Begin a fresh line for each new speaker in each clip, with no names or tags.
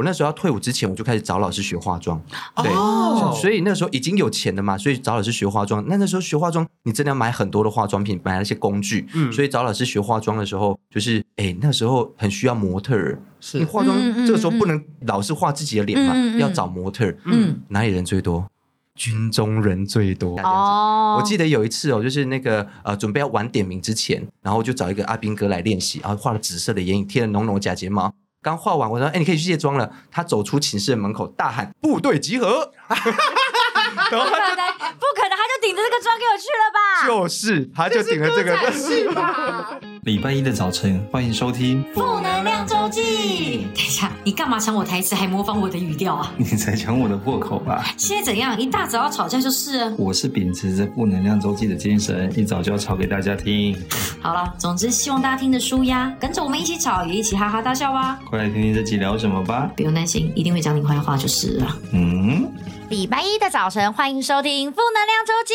我那时候要退伍之前，我就开始找老师学化妆，对，
哦
所以那时候已经有钱了嘛，所以找老师学化妆。那那时候学化妆，你真的要买很多的化妆品，买那些工具。
嗯
所以找老师学化妆的时候，就是哎、那时候很需要模特儿，
是
你化妆
嗯嗯
这个时候
嗯
不能老是画自己的脸嘛，
嗯嗯嗯
要找模特儿。
嗯，
哪里人最多？军中人最多。这样子
哦，
我记
得
得有一次哦，就是那个呃，准备要晚点名之前，然后就找一个阿兵哥来练习，然后画了紫色的眼影，贴了浓浓的假睫毛。刚画完，我说：“哎、你可以去卸妆了。”他走出寝室的门口，大喊：“部队集合
不可能，不可能，他就顶着这个妆给我去了！”吧？
就是，他就顶了这个。
是吧？
礼拜一的早晨，欢迎收听。
负能量周记。
等一下，你干嘛抢我台词，还模仿我的语调啊？
你才抢我的破口吧！
现在怎样？一大早要吵架就是了。
我是秉持着负能量周记的精神，一早就要吵给大家听，
好了，总之希望大家听得舒压，跟着我们一起吵，也一起哈哈大笑吧。
快来听听这集聊什么吧。
不用担心，一定会讲你坏话就是了。
嗯，
礼拜一的早晨，欢迎收听《负能量周记》。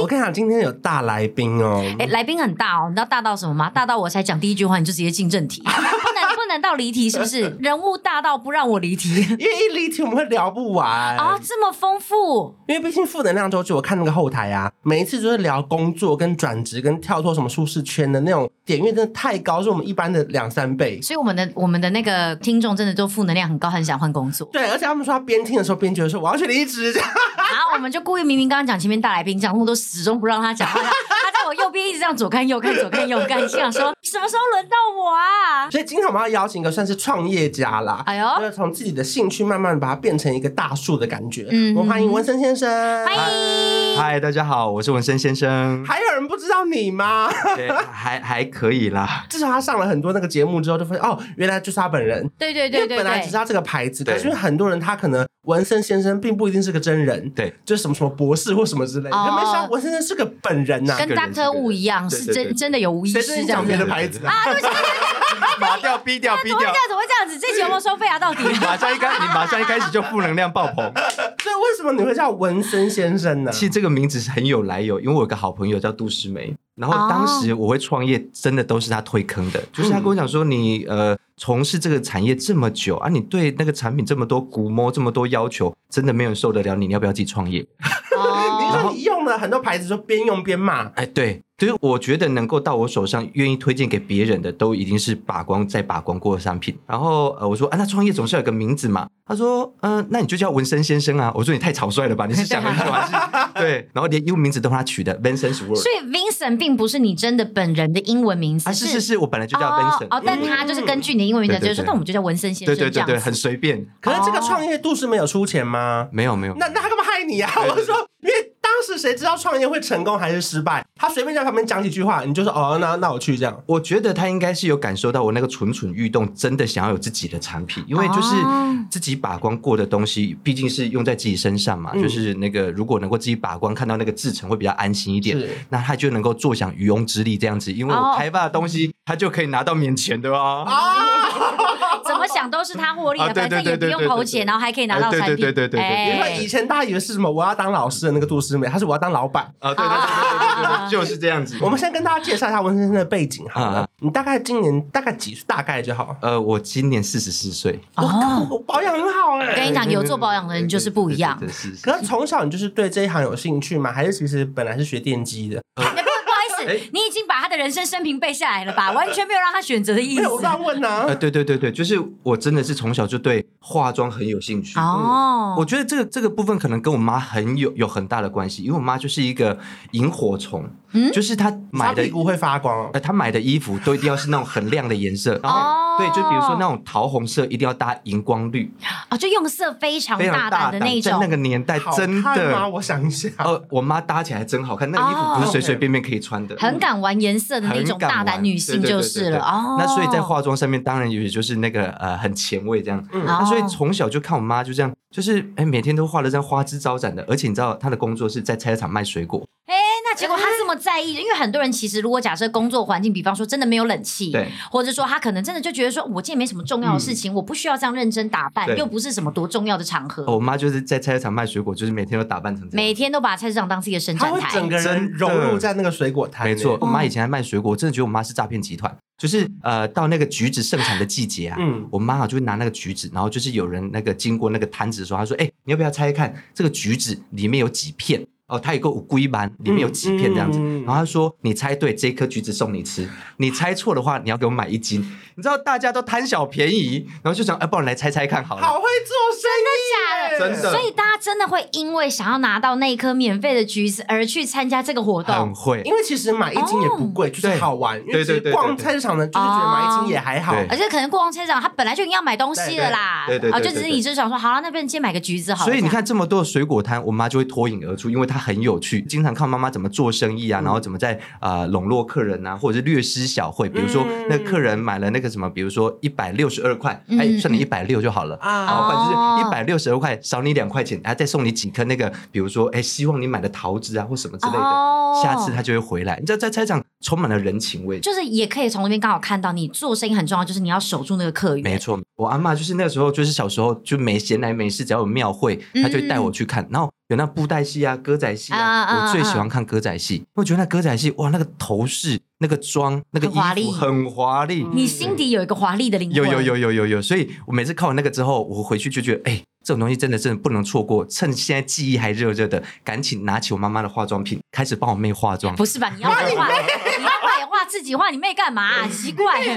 我跟你讲，今天有大来宾哦，
哎、来宾很大哦，你知道大到什么吗？大到我才讲第一句话，你就直接进 正题，不能不能到离题，是不是？人物大到不让我离题
因为一离题我们会聊不完
啊、这么丰富，
因为毕竟负能量周期，我看那个后台啊，每一次就是聊工作、跟转职、跟跳脱什么舒适圈的那种点阅，真的太高，是我们一般的两三倍。
所以我们的我们的那个听众真的都负能量很高，很想换工 作。
对，而且他们说他边听的时候边觉得说我要去离职，这 样
然后我们就故意明明刚刚讲前面大来宾讲那么多，始终不让他讲话，他他在我右边一直这样左看右看左看右看，心想说什么时候轮到我啊？
所以今天我们要邀请一个算是创业家啦，
哎呦
就是从自己的兴趣慢慢把它变成一个大树的感觉。
嗯
我们欢迎文森先生，
欢迎，
嗨，大家好，我是文森先 生。
还有人不知道你吗？
对，还还可以啦。
自从他上了很多那个节目之后，就发现哦，原来就是他本人。
对对
因
对
为
对
本来只
对
是。他这个牌子，
对
可是因为很多人他可能文森先生并不一定是个真人，
对，
就是什么什么博士或什么之类的，
哦
他没想啊到文森先生是个本人呐、
跟
个人是
Doctor
个人
Wu 一样，
对
是
对
真
对
真的有吴医
谁
师
真
这
讲
样
别
子
的牌子啊？
啊！对不起，
马掉，逼掉，逼
怎么会这
掉
样？，怎么会这样子？这集有没有收费啊？到底？
马上一开，你马上一开始就负能量爆棚。
所以为什么你会叫文森先生呢？
其实这个名字是很有来由，因为我有个好朋友叫杜诗梅，然后当时我会创业，真的都是他推坑的，就是他跟我讲说你呃从事这个产业这么久啊，你对那个产品这么多估摸这么多要求，真的没有人受得了你，你要不要自己创业？
你
哦，
说你用了很多牌子，就边用边骂，
哎，对，就是我觉得能够到我手上，愿意推荐给别人的，都已经是把关再把关过的商品。然后呃，我说啊，那创业总是要有个名字嘛。他说，嗯、那你就叫文森先生啊。我说你太草率了吧，你是想很久还 是对？然后连英文名字都是他取的，Vincent Word。
所以 Vincent 并不是你真的本人的英文名字，
啊，是是
是，
是，我本来就叫
哦
Vincent，、嗯
哦，但他就是根据你的英文名字，
对对
就是说
对
那我们就叫文森先
对
生
对
这
对
样
对，
子。
很随便，
可是这个创业度是没有出钱吗？
没有没有，
那那他干嘛害你啊？我是说，因为当时谁知道创业会成功还是失败？他随便在旁边讲几句话，你就说哦，那那我去这样。
我觉得他应该是有感受到我那个蠢蠢欲动，真的想要有自己的产品，因为就是
哦
自己把关过的东西，毕竟是用在自己身上嘛。
嗯
就是那个如果能够自己把关，看到那个制成会比较安心一点
是，
那他就能够坐享渔翁之利这样子。因为我
哦
开发的东西，他就可以拿到免钱的啊。
怎么想都是他获利
啊
的，
对
反正
对
也不
对
用
对
投
对
钱，
对
然后还可以拿到
哎对
产品。
对对对对对
哎
因为以前大家以为是什么我要当老师的那个杜思美，他是我要当老板。
啊，对对对对对
啊
对，就是这样子。
我们先跟大家介绍一下文先生的背景好
啊
了
啊，
你大概今年大概几岁？大概就好。
呃，我今年四十四岁，
哦，
我保养很好哎、
跟你讲，有做保养的人就是不一样。
对对对对是是
可是从小你就是对这一行有兴趣吗？还是其实本来是学电机的？
不好意思，你已经把他的人生生平背下来了吧？完全没有让他选择的意
没
思。
有我乱问呐、
嗯
呃，
啊。
对对对对，就是我真的是从小就对化妆很有兴趣。
哦，
我觉得这个这个部分可能跟我妈很有有很大的关系，因为我妈就是一个萤火虫，
嗯
就是她买
买
的
的。股会发光哦。
呃，她买的衣服都一定要是那种很亮的颜色，然后、
哦
对，就比如说那种桃红色，一定要搭荧光绿，
哦，就用色非常
非
大
常
胆
大
的
胆。
那
在
种
那。个年代
好
呃真
看吗？
的，
我想一下。
呃，我妈搭起来真好看，那个衣服不是随随便便可以穿的，
哦很敢玩颜色的那
很
种
敢
大胆
玩
女
对
性
对对
就
对
是
对
了哦。
那所以在化妆上面，当然也就是那个呃很前卫这样。
嗯
那所以
哦
从小就看我妈就这样，就是哎每天都画的这样花枝招展的，而且你知道她的工作是在菜市场卖水果，
哎，那结果他这么在在意，因为很多人其实如果假设工作环境，比方说真的没有冷气，
对，
或者说他可能真的就觉得说，我今天没什么重要的事情，我不需要这样认真打扮，
对
又不是什么多重要的场合，
哦我妈就是在菜市场卖水果，就是每天都打扮成这样。
每天都把菜市场当自己的伸
他
展
会
台，
整个人
真的
融入在那个水果摊，
没错，
欸
我妈以前还卖水果，我真的觉得我妈是诈骗集团。就是呃，到那个橘子盛产的季节啊，
嗯
我妈啊就会拿那个橘子，然后就是有人那个经过那个摊子的时候，她说：“哎、你要不要拆开看这个橘子里面有几片？”哦，它有个五龟板，里面有几片这样子。
嗯嗯嗯
然后她说：“你猜对，这颗橘子送你吃；你猜错的话，你要给我买一斤。”你知道大家都贪小便宜，然后就想：“哎、不然来猜猜看好了。
好会做生意耶，
真的假的真的
所以大家真的会因为想要拿到那一颗免费的橘子而去参加这个活
很
动，
会，
因为其实买一斤也不贵，就是好玩。因
哦
为
对
其实
对对对
逛
对
菜市场呢，就是觉得买一斤也还好。
对
而且可能逛菜市场，他本来就已经要买东西了啦，
对对对对
啊，
对
就
对
只是
对
你就想说，好了，那不然今天买个橘子好了。
所以你
这样，
看这么多的水果摊，我妈就会脱颖而出，因为她很有趣，经常看妈妈怎么做生意啊，
嗯
然后怎么在呃笼络客人啊，或者是略施小惠，比如说
嗯
那客人买了那个什么，比如说一百六十二块，
嗯
哎，
嗯
算你一百六就好了。然
啊
后反正就是
哦
一百六十二块，少你两块钱，然后再送你几颗那个，比如说，哎，希望你买的桃子啊，或什么之类的，
哦
下次她就会回来。你知道，在菜场充满了人情味，
就是也可以从那边刚好看到，你做生意很重要，就是你要守住那个客源。
没错，我阿嬷就是那个时候，就是小时候就没闲来没事，只要有庙会，
嗯
她就会带我去看。然后有那布袋戏啊、歌仔戏
啊啊
啊，
啊
我最喜欢看歌仔戏。我觉得那歌仔戏，哇，那个头饰、那个妆、那个
很华
衣服
丽嗯
很华丽。
你心底有一个华丽的灵魂，
有有有有有有，所以我每次看完那个之后，我回去就觉得，哎、这种东西真的真的不能错过。趁现在记忆还热热的，赶紧拿起我妈妈的化妆品，开始帮我妹化妆。
不是吧？你要画，你要画也画自己画，你妹干嘛 啊、奇怪，
太衰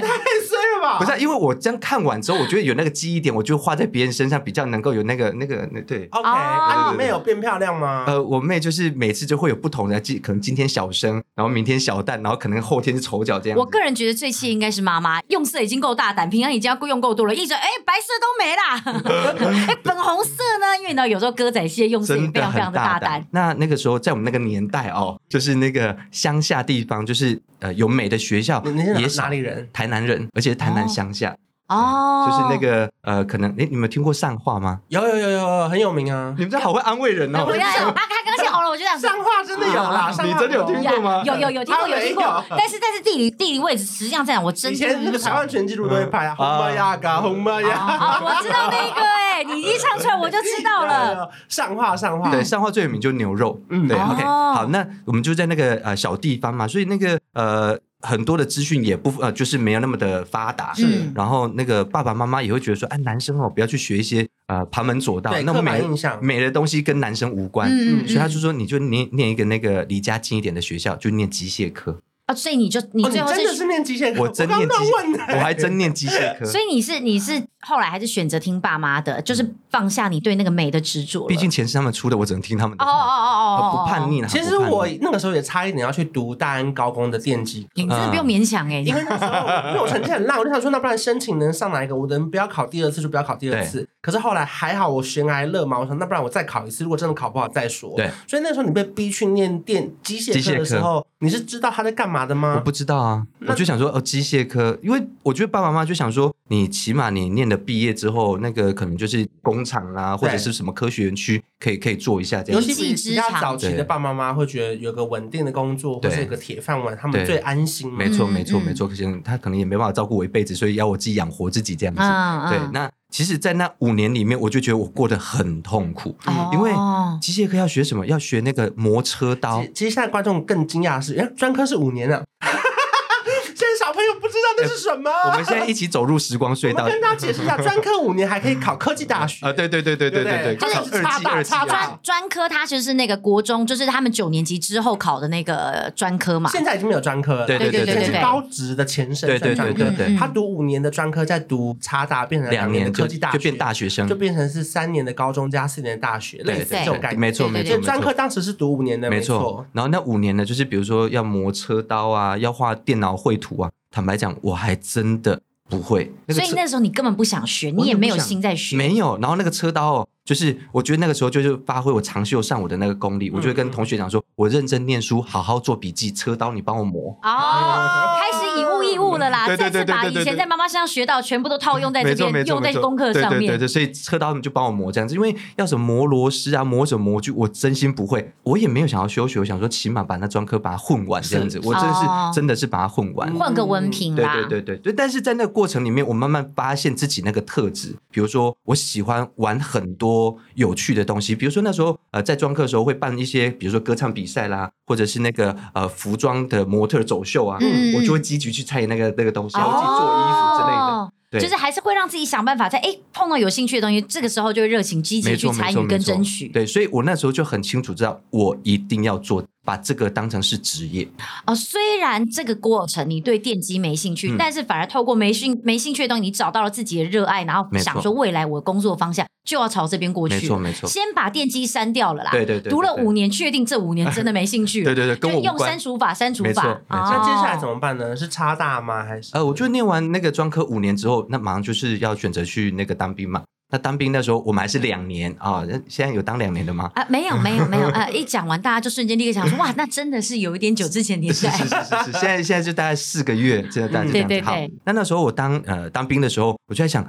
了吧？
不是啊、因为我这样看完之后，我觉得有那个记忆点，我就画在别人身上比较能够有那个那个那对。
，OK，
哦
啊，
对对
你
对
妹有变漂亮吗？
呃，我妹就是每次就会有不同的，今可能今天小生，然后明天小旦，然后可能后天是丑角这样子。
我个人觉得最气应该是妈妈，用色已经够大胆，平常已经要用够多了，一直哎白色都没啦， 哎粉红色呢？因为你知道有时候歌仔戏的用色也
真
非
的
常非
很
常的大
胆
胆。。
那那个时候在我们那个年代哦，就是那个乡下地方，就是呃有美的学校
你你是哪
也少
哪里人？
台南人，而且是台南
哦
乡下，
哦，
就是那个呃，可能哎，你们听过上话吗？
有有有有，很有名啊。
你们这好会安慰人哦
我。要啊，他刚起好了，我就想
上话啊真的有啦，上话
你真的有听过吗？
有有有听过
他
有
没
听
有
过，但是但是地理地理位置实际上在哪？我真
以
的
前那个台湾全纪录都会拍啊，
嗯
红麦呀嘎，红麦呀。
啊，我知道那个哎、你一唱出来我就知道了。
有，有上话上话。
对，上话最有名就是牛肉。
嗯
嗯，对
哦
，OK，好，那我们就在那个呃小地方嘛，所以那个呃很多的资讯也不呃就是没有那么的发达。
嗯
然后那个爸爸妈妈也会觉得说，哎，男生哦不要去学一些呃旁门左道
对，
那
刻板
美
印象
美的东西跟男生无关。
嗯
所以他就说，你就念念一个那个离家近一点的学校，就念机械 科。
啊，所以你就你
哦，你
最后
真的是
是，
念机械科，
我真念机
刚刚乱问的，
我还真念机械科。
所以你是你是后来还是选择听爸妈的，就是放下你对那个美的执着了。
毕竟钱是他们出的，我只能听他们
哦
的
哦
话，
哦哦，
不叛逆。啦。
其实
不叛逆
我嗯那个时候也差一点要去读大安高工的电机，
你真的不用勉强哎、
因为那时候因为我成 绩很烂，我就想说，那不然申请能上哪一个？我能不要考第二次就不要考第二次。可是后来还好，我悬崖勒马，我想那不然我再考一次，如果真的考不好再说。
对，
所以那时候你被逼去念电机械科的时候，你是知道他在干嘛的
我
吗？
不知道啊，我就想说，哦，机械科，因为我觉得爸爸妈妈就想说，你起码你念的毕业之后，那个可能就是工厂啊，或者是什么科学园区，可以可以做一下这
尤
样
其
子。
比
一技
比
之
较
长
早期的爸妈妈会觉得有个稳定的工作或
对
是有个铁饭碗，他们
对
最安心嘛。
没错，
嗯
没错，
嗯
没错。可是他可能也没办法照顾我一辈子，所以要我自己养活自己这样子。
嗯
对
嗯，
那其实，在那五年里面，我就觉得我过得很痛苦，嗯
哦
因为机械科要学什么？要学那个磨车刀
其。其实现在观众更惊讶的是，哎，专科是五年啊， 现在小朋友不知道那是什么。
哎我们现在一起走入时光隧
我
道
们。跟大家解释一下，专科五年还可以考科技大学
啊，对对对对对对对，
对不对
二
差
级
大
二级啊
差大
二
专专科它就是那个国中，就是他们九年级之后考的那个呃专科嘛。
现在已经没有专科了，
对
对对对对
以前
对
是高职的前身，
对对对
专科
对对对
他读五年的专科，再读差大，变成
两
年的
年
科
就
技大学，
就变大学生
就。变成是三年的高中加四年的大学，类
对
似这种概念。
没错没
对对对
错，
所
没错
以专科当时是读五年的，
没
错
错。。然后那五年呢，就是比如说要磨车刀啊，要画电脑绘图啊。坦白讲，我还真的不会。那个
所以
车
那时候你根本不想学，
我
你也没有
根本不想
心在学。
没有。然后那个车刀哦，就是我觉得那个时候就是发挥我长袖善舞的那个功力，我就会跟同学讲说，我认真念书，好好做笔记，车刀你帮我磨。
哦，开始以物易物了啦，
对
再
对
次
对
把
对对
以前
对
在妈妈身上学到，全部都套用在
没
这
错没
边，
错
用
没
在
错，
功课
对
上
对对
面。
对，所以车刀他们就帮我磨这样子，因为要什么磨螺丝啊、磨什么模具，我真心不会，我也没有想要休学，我想说起码把那专科把它混完这样子，我真的是、
哦
真的是把它混完。
嗯
换个文凭
对
啦，
对对对对，但是在那个过程里面，我慢慢发现自己那个特质，比如说我喜欢玩很多有趣的东西，比如说那时候呃在专科的时候会办一些，比如说歌唱比赛啦，或者是那个呃服装的模特走秀啊，
嗯
我就会积极去参与那个那个东西，
哦，
然后自己做衣服之类的。对
就是还是会让自己想办法在哎碰到有兴趣的东西，这个时候就会热情积极
没
去
错，
参
没
与
错，没
跟
错
争取。
对，所以我那时候就很清楚知道，我一定要做，把这个当成是职业。
哦，虽然这个过程你对电机没兴趣，
嗯
但是反而透过没兴没兴趣的东西，你找到了自己的热爱，然后
没错
想说未来我的工作方向就要朝这边过去。
没错，没错。
先把电机删掉了啦。
对对对对
读了
对
五年，确定这五年真的没兴趣
对
了。
对对，跟我
就
无
用
关
删。除法，删除
没错
法。
没错
那接下来
哦
怎么办呢？是插大吗？还是
呃，我就念完那个专科五年之后，那马上就是要选择去那个当兵嘛。那当兵那时候我们还是两年啊，那现在有当两年的吗？
啊，没有没有没有啊！一讲完，大家就瞬间立刻想说，哇，那真的是有一点久之前年
是
代
是是是是，现在现在就大概四个月，这大概是这样
嗯对对
子。好
对，
那那时候我当呃当兵的时候，我就在想，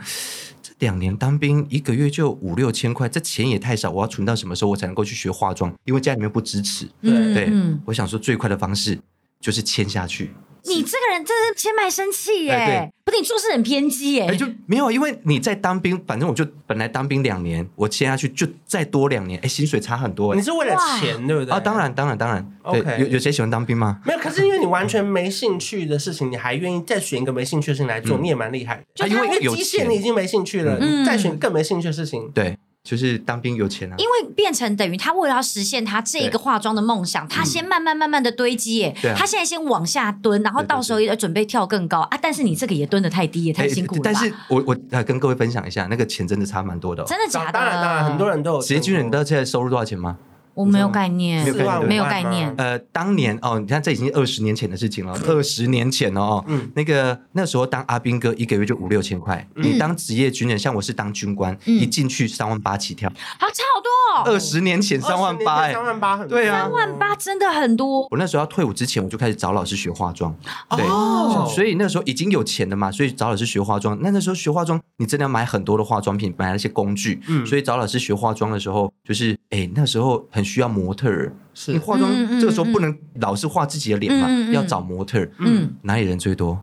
这两年当兵一个月就五六千块，这钱也太少，我要存到什么时候我才能够去学化妆？因为家里面不支持。
嗯
对
嗯，
我想说最快的方式就是签下去，
你这个人真是千麦生气耶、
哎对
不是你做事很偏激耶、
哎、就没有，因为你在当兵，反正我就本来当兵两年，我签下去就再多两年，哎、薪水差很多、
你
哎。
是为了钱对不对？
啊，当。然，当然，当然，对
OK
有有谁喜欢当兵吗？
没有，可是因为你完全没兴趣的事情，你还愿意再选一个没兴趣的事情来做，
嗯
你也蛮厉害的。啊
就
因
他
为
会有
机械
钱
你已经没兴趣了，
嗯
你再选更没兴趣的事情，
对，就是当兵有钱啊。
因为变成等于他为了要实现他这一个化妆的梦想，他先慢慢慢慢的堆积耶、
嗯对啊
他现在先往下蹲，然后
对对
到时候也准备跳更高啊。但是你这个也蹲得太低，也太
哎
辛苦了吧、
但是我我呃跟各位分享一下，那个钱真的差蛮多的、哦。
真的假的？
当然，当然，很多人都有。
职业军人到现在收入多少钱吗？
我没有概念，
没有
四万啊
概念
没有概念。
呃，当年哦，你看这已经二十年前的事情了，
嗯
二十年前了哦，
嗯
那个那时候当阿兵哥一个月就五六千块，你当职业军人，像我是当军官，
嗯
一进去三万八起跳，
好，差好多、哦，
二十年前三万八，哎
三，万八很
对啊
三万八真的很多。
我那时候要退伍之前，我就开始找老师学化妆，对。
哦，
所以那时候已经有钱了嘛，所以找老师学化妆。那那时候学化妆，你真的要买很多的化妆品，买那些工具。
嗯
所以找老师学化妆的时候，就是哎、那时候很需要模特儿。
是
你化妆、
嗯嗯
这个时候
嗯
不能老是画自己的脸嘛，
嗯嗯嗯
要找模特儿。
嗯，
哪里人最多？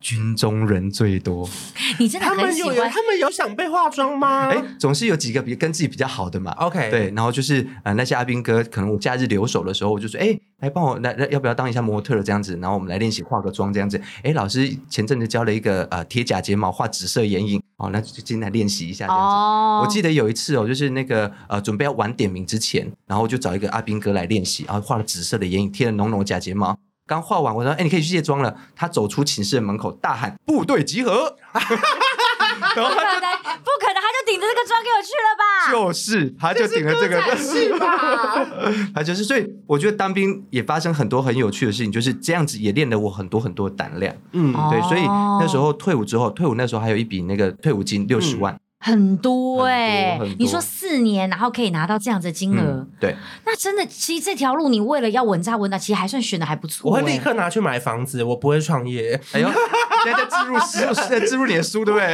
军中人最多。
你真的
他
很
们
喜
有
欢
他们有想被化妆吗？
哎、总是有几个比跟自己比较好的嘛。
OK
对，然后就是呃，那些阿兵哥，可能我假日留守的时候，我就说，哎、来帮我来，来要不要当一下模特儿这样子？然后我们来练习化个妆这样子。哎、老师前阵子教了一个呃贴假睫毛、画紫色眼影，哦，那就进来练习一下这样子。
哦
我记得有一次哦，就是那个呃，准备要晚点名之前，然后就找一个阿兵哥来练习，然后画了紫色的眼影，贴了浓浓的假睫毛。刚画完，我说：“哎、你可以去卸妆了。”他走出寝室的门口，大喊：“部队集合！” 然后
不可能，不可能，他就顶着这个妆给我去了 吧？
就是，他就顶了这个， 他就是，所以我觉得当兵也发生很多很有趣的事情，就是这样子也练了我很多很多胆量。
嗯
哦
对，所以那时候退伍之后，退伍那时候还有一笔那个退伍金六十万，
很多哎、
很多很多
你说四年，然后可以拿到这样子的金额，
嗯，对，
那真的，其实这条路你为了要稳扎稳打，其实还算选的还不错、
我会
欸。
立刻拿去买房子，我不会创 业。
哎呦，现在在置入植入在置入脸书，对不对？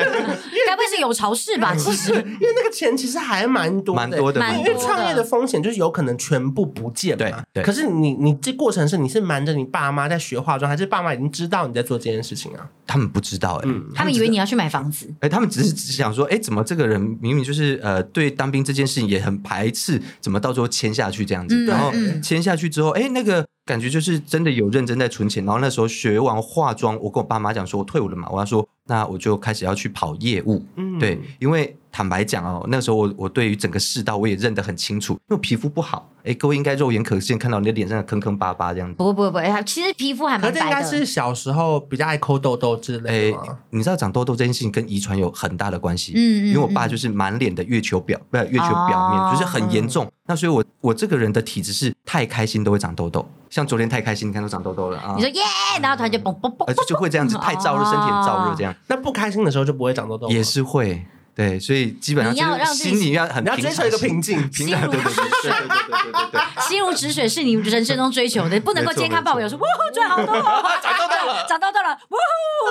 该不会是有巢氏吧？其实
因为那个钱其实还蛮多的，
蛮多的，
蛮
蛮
因
多
为
的。
创业的风险就是有可能全部不见嘛。
对对
可是你你这过程是你是瞒着你爸妈在学化妆，还是爸妈已经知道你在做这件事情啊？
他们不知道哎、
嗯
他们以为你要去买房子，
哎，他们只是只想说，哎，怎么这个人明明就是呃对当兵这件事情也很排斥，怎么到时候签下去这样子？
嗯
然后
嗯
签下去之后，哎，那个感觉就是真的有认真在存钱。然后那时候学完化妆，我跟我爸妈讲说，我退伍了嘛，我要说那我就开始要去跑业务。
嗯
对，因为坦白讲哦，那时候我我对于整个世道我也认得很清楚，因为我皮肤不好，哎，各位应该肉眼可见看到你的脸上的坑坑巴巴这样子。
不不不不，哎其实皮肤还
可
蛮
是应
白
该是
的。
小时候比较爱抠痘痘之
哎
类的嘛。，
你知道长痘痘这件事情跟遗传有很大的关系。
嗯嗯
因为我爸就是满脸的月球表，不是月球表面，
哦
就是很严重。那所以我，我这个人的体质是太开心都会长痘痘，像昨天太开心，你看都长痘痘了啊
你。说耶，然后突然就嘣嘣
呃，
嘣，
就就会这样子，太燥热，身体很燥热，这样
那不开心的时候就不会长痘痘吗，
也是会。对，所以基本上
你要
就是
让自己
心里要很
你要
平
追求
常
一个
心
平静，
平常对对对对对对对对对，
心如止水是你人生中追求的，不能够
没错
今天看报表说哇赚好多，长痘痘了，长痘痘了，哇，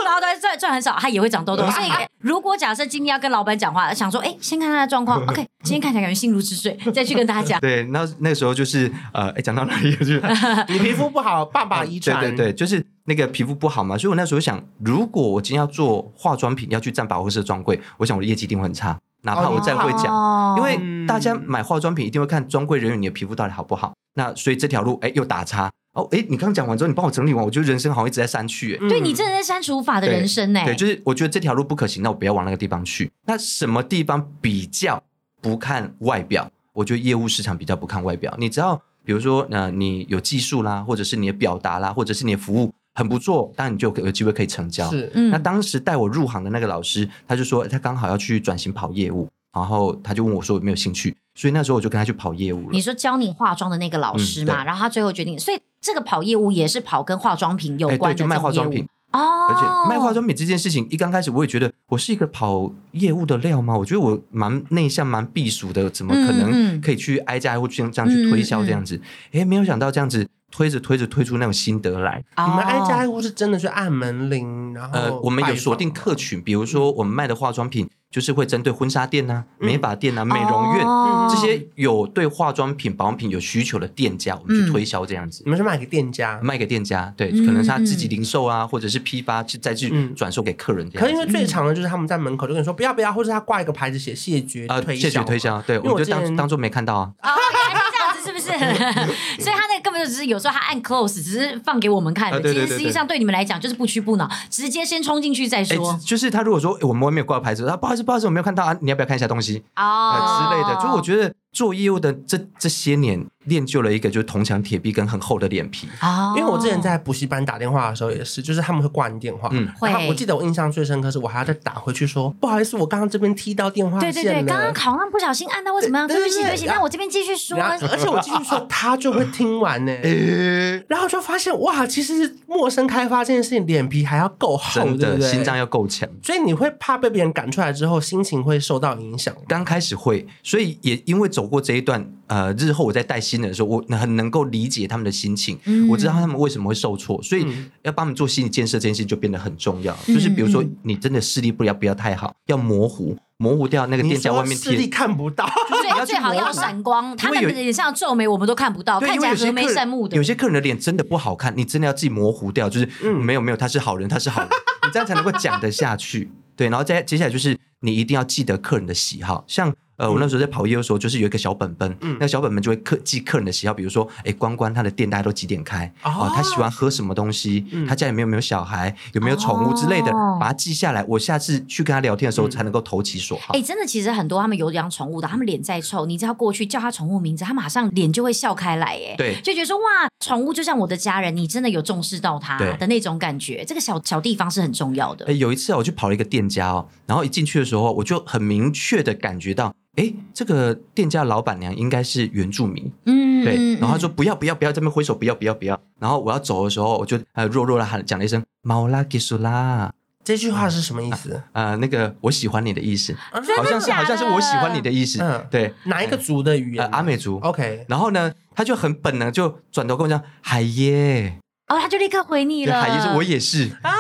然后他赚赚很少，他也会长痘痘。所以如果假设今天要跟老板讲话，想说哎，先看他的状况，OK，今天看起来感觉心如止水，再去跟大家讲。
对，那那个时候就是呃，哎，讲到哪里了？就是
你皮肤不好，爸爸遗
嗯对
传，
对对，就是那个皮肤不好嘛，所以我那时候想，如果我今天要做化妆品，要去占百货公司的专柜，我想我的业绩一定会很差，哪怕我再会讲，
哦
因为大家买化妆品一定会看专柜人员你的皮肤到底好不好，那所以这条路哎又打叉哦，哎你刚讲完之后，你帮我整理完，我觉得人生好像一直在删去、哎
嗯
对你真的在删除法的人生呢、欸
对，就是我觉得这条路不可行，那我不要往那个地方去。那什么地方比较不看外表？我觉得业务市场比较不看外表。你只要比如说，呃，你有技术啦，或者是你的表达啦，或者是你的服务很不错，当然你就有机会可以成交。
是
嗯
那当时带我入行的那个老师，他就说他刚好要去转型跑业务，然后他就问我说有没有兴趣，所以那时候我就跟他去跑业务了
你。说教你化妆的那个老师
嗯
嘛，
对
然后他最后决定，所以这个跑业务也是跑跟化妆品有
哎，对，
关的
就
这
卖化
种业
妆
务
品，
哦，
而且卖化妆品这件事情，一刚开始我也觉得我是一个跑业务的料吗？我觉得我蛮内向、蛮避暑的，怎么可
嗯嗯
能
嗯
可以去挨家挨户这样这样去推销这样子？哎、没有想到这样子推着推着推出那种心得来。
哦，
你们挨家挨户是真的去按门铃，然后
呃，我们有锁定客群，比如说我们卖的化妆品就是会针对婚纱店啊、
嗯
美发店啊、美容院、
哦
这些有对化妆品、保养品有需求的店家，我们去推销这样子。
你们是卖给店家，
卖给店家，对，
嗯
可能是他自己
嗯
零售啊，或者是批发，去再去
嗯
转售给客人这样
可
子。
是因为最长的就是他们在门口就跟你说不要不要，或者他挂一个牌子写谢绝
啊，
推
谢绝
销
推销，对，
因为
我
我
们
之
就
前
当当做没看到啊。
哦，原来是这样子，是不是？ 所以他那个根本就只是有时候他按 close，只是放给我们看的，
啊对对对
其实
对
实际上对你们来讲就是不屈不挠，直接先冲进去再
哎，
说
只就是他如果说诶我们外面有挂牌子，啊，不好意思，不好意思，我没有看到啊，你要不要看一下东西
哦
啊之类的？就我觉得做业务的这这些年练就了一个就是铜墙铁壁跟很厚的脸皮。
得，哦，
因为我之前在补习班打电话的时候也是，就是他们会挂你电话，
嗯
然后
哦会
我记得我印象最深刻是我还要再打回去说不好意思，我刚刚这边踢到电话
对
线了。
对对，刚刚好像不小心啊按到，为什么要
对
对
对
不起
对
对不起？
然
啊
后
那我这边继续说，
然后而且我继续说，他就会听完呢、
诶，
然后就发现哇，其实陌生开发这件事情，脸皮还要够厚，
真
对
的
不对？
心脏要够强。
所以你会怕被别人赶出来之后，心情会受到影响吗。
刚开始会，所以也因为走过这一段，呃，日后我在带新人的时候，我很能够理解他们的心情，
嗯
我知道他们为什么会受挫，所以
嗯
要帮他们做心理建设这件事情就变得很重要。
嗯
就是比如说
嗯，
你真的视力不要不要太好，要模糊，模糊掉那个
你
店家
说
外面
视力
贴。
看不到，
你
最
要去
最好
磨
要
合
闪光，他们
有
脸上的皱眉我们都看不到，
对，
看
因
起
为
来
有些
和眉
客
善
人
目的。
有些客人的脸真的不好看，你真的要自己模糊掉，就是、
嗯
没有没有，他是好人，他是好人，你这样才能够讲得下去。对，然后再接下来就是你一定要记得客人的喜好，像呃，我那时候在跑业务的时候，就是有一个小本本，
嗯
那个小本本就会客记客人的喜好，比如说，哎，关关他的店大家都几点开
哦
哦，他喜欢喝什么东西，
嗯
他家里面有没有小孩，有没有宠物之类的，
哦
把它记下来，我下次去跟他聊天的时候
嗯
才能够投其所好。
哎、真的，其实很多他们有养宠物的，他们脸再臭，你只要过去叫他宠物名字，他马上脸就会笑开来，哎，
对
就觉得说哇，宠物就像我的家人，你真的有重视到它
对
的那种感觉，这个小小地方是很重要的
哎、。有一次啊我去跑了一个店家哦，然后一进去的时候，我就很明确的感觉到，哎、这个店家老板娘应该是原住民，
嗯
对。
嗯
然后他说不要不要不要，这边挥手不要不要不要。然后我要走的时候，我就呃弱弱的喊讲了一声“毛拉吉苏拉
这句话是什么意思？”，
呃，那个我喜欢你的意思，
啊
好像是
啊假的
好像是我喜欢你的意思，
嗯哦
对，
哪一个族的语言
呃
呢？
阿美族。
OK，
然后呢，他就很本能就转头跟我讲“海耶
哦，他就立刻回”，你
对
了，
海耶说我也是啊。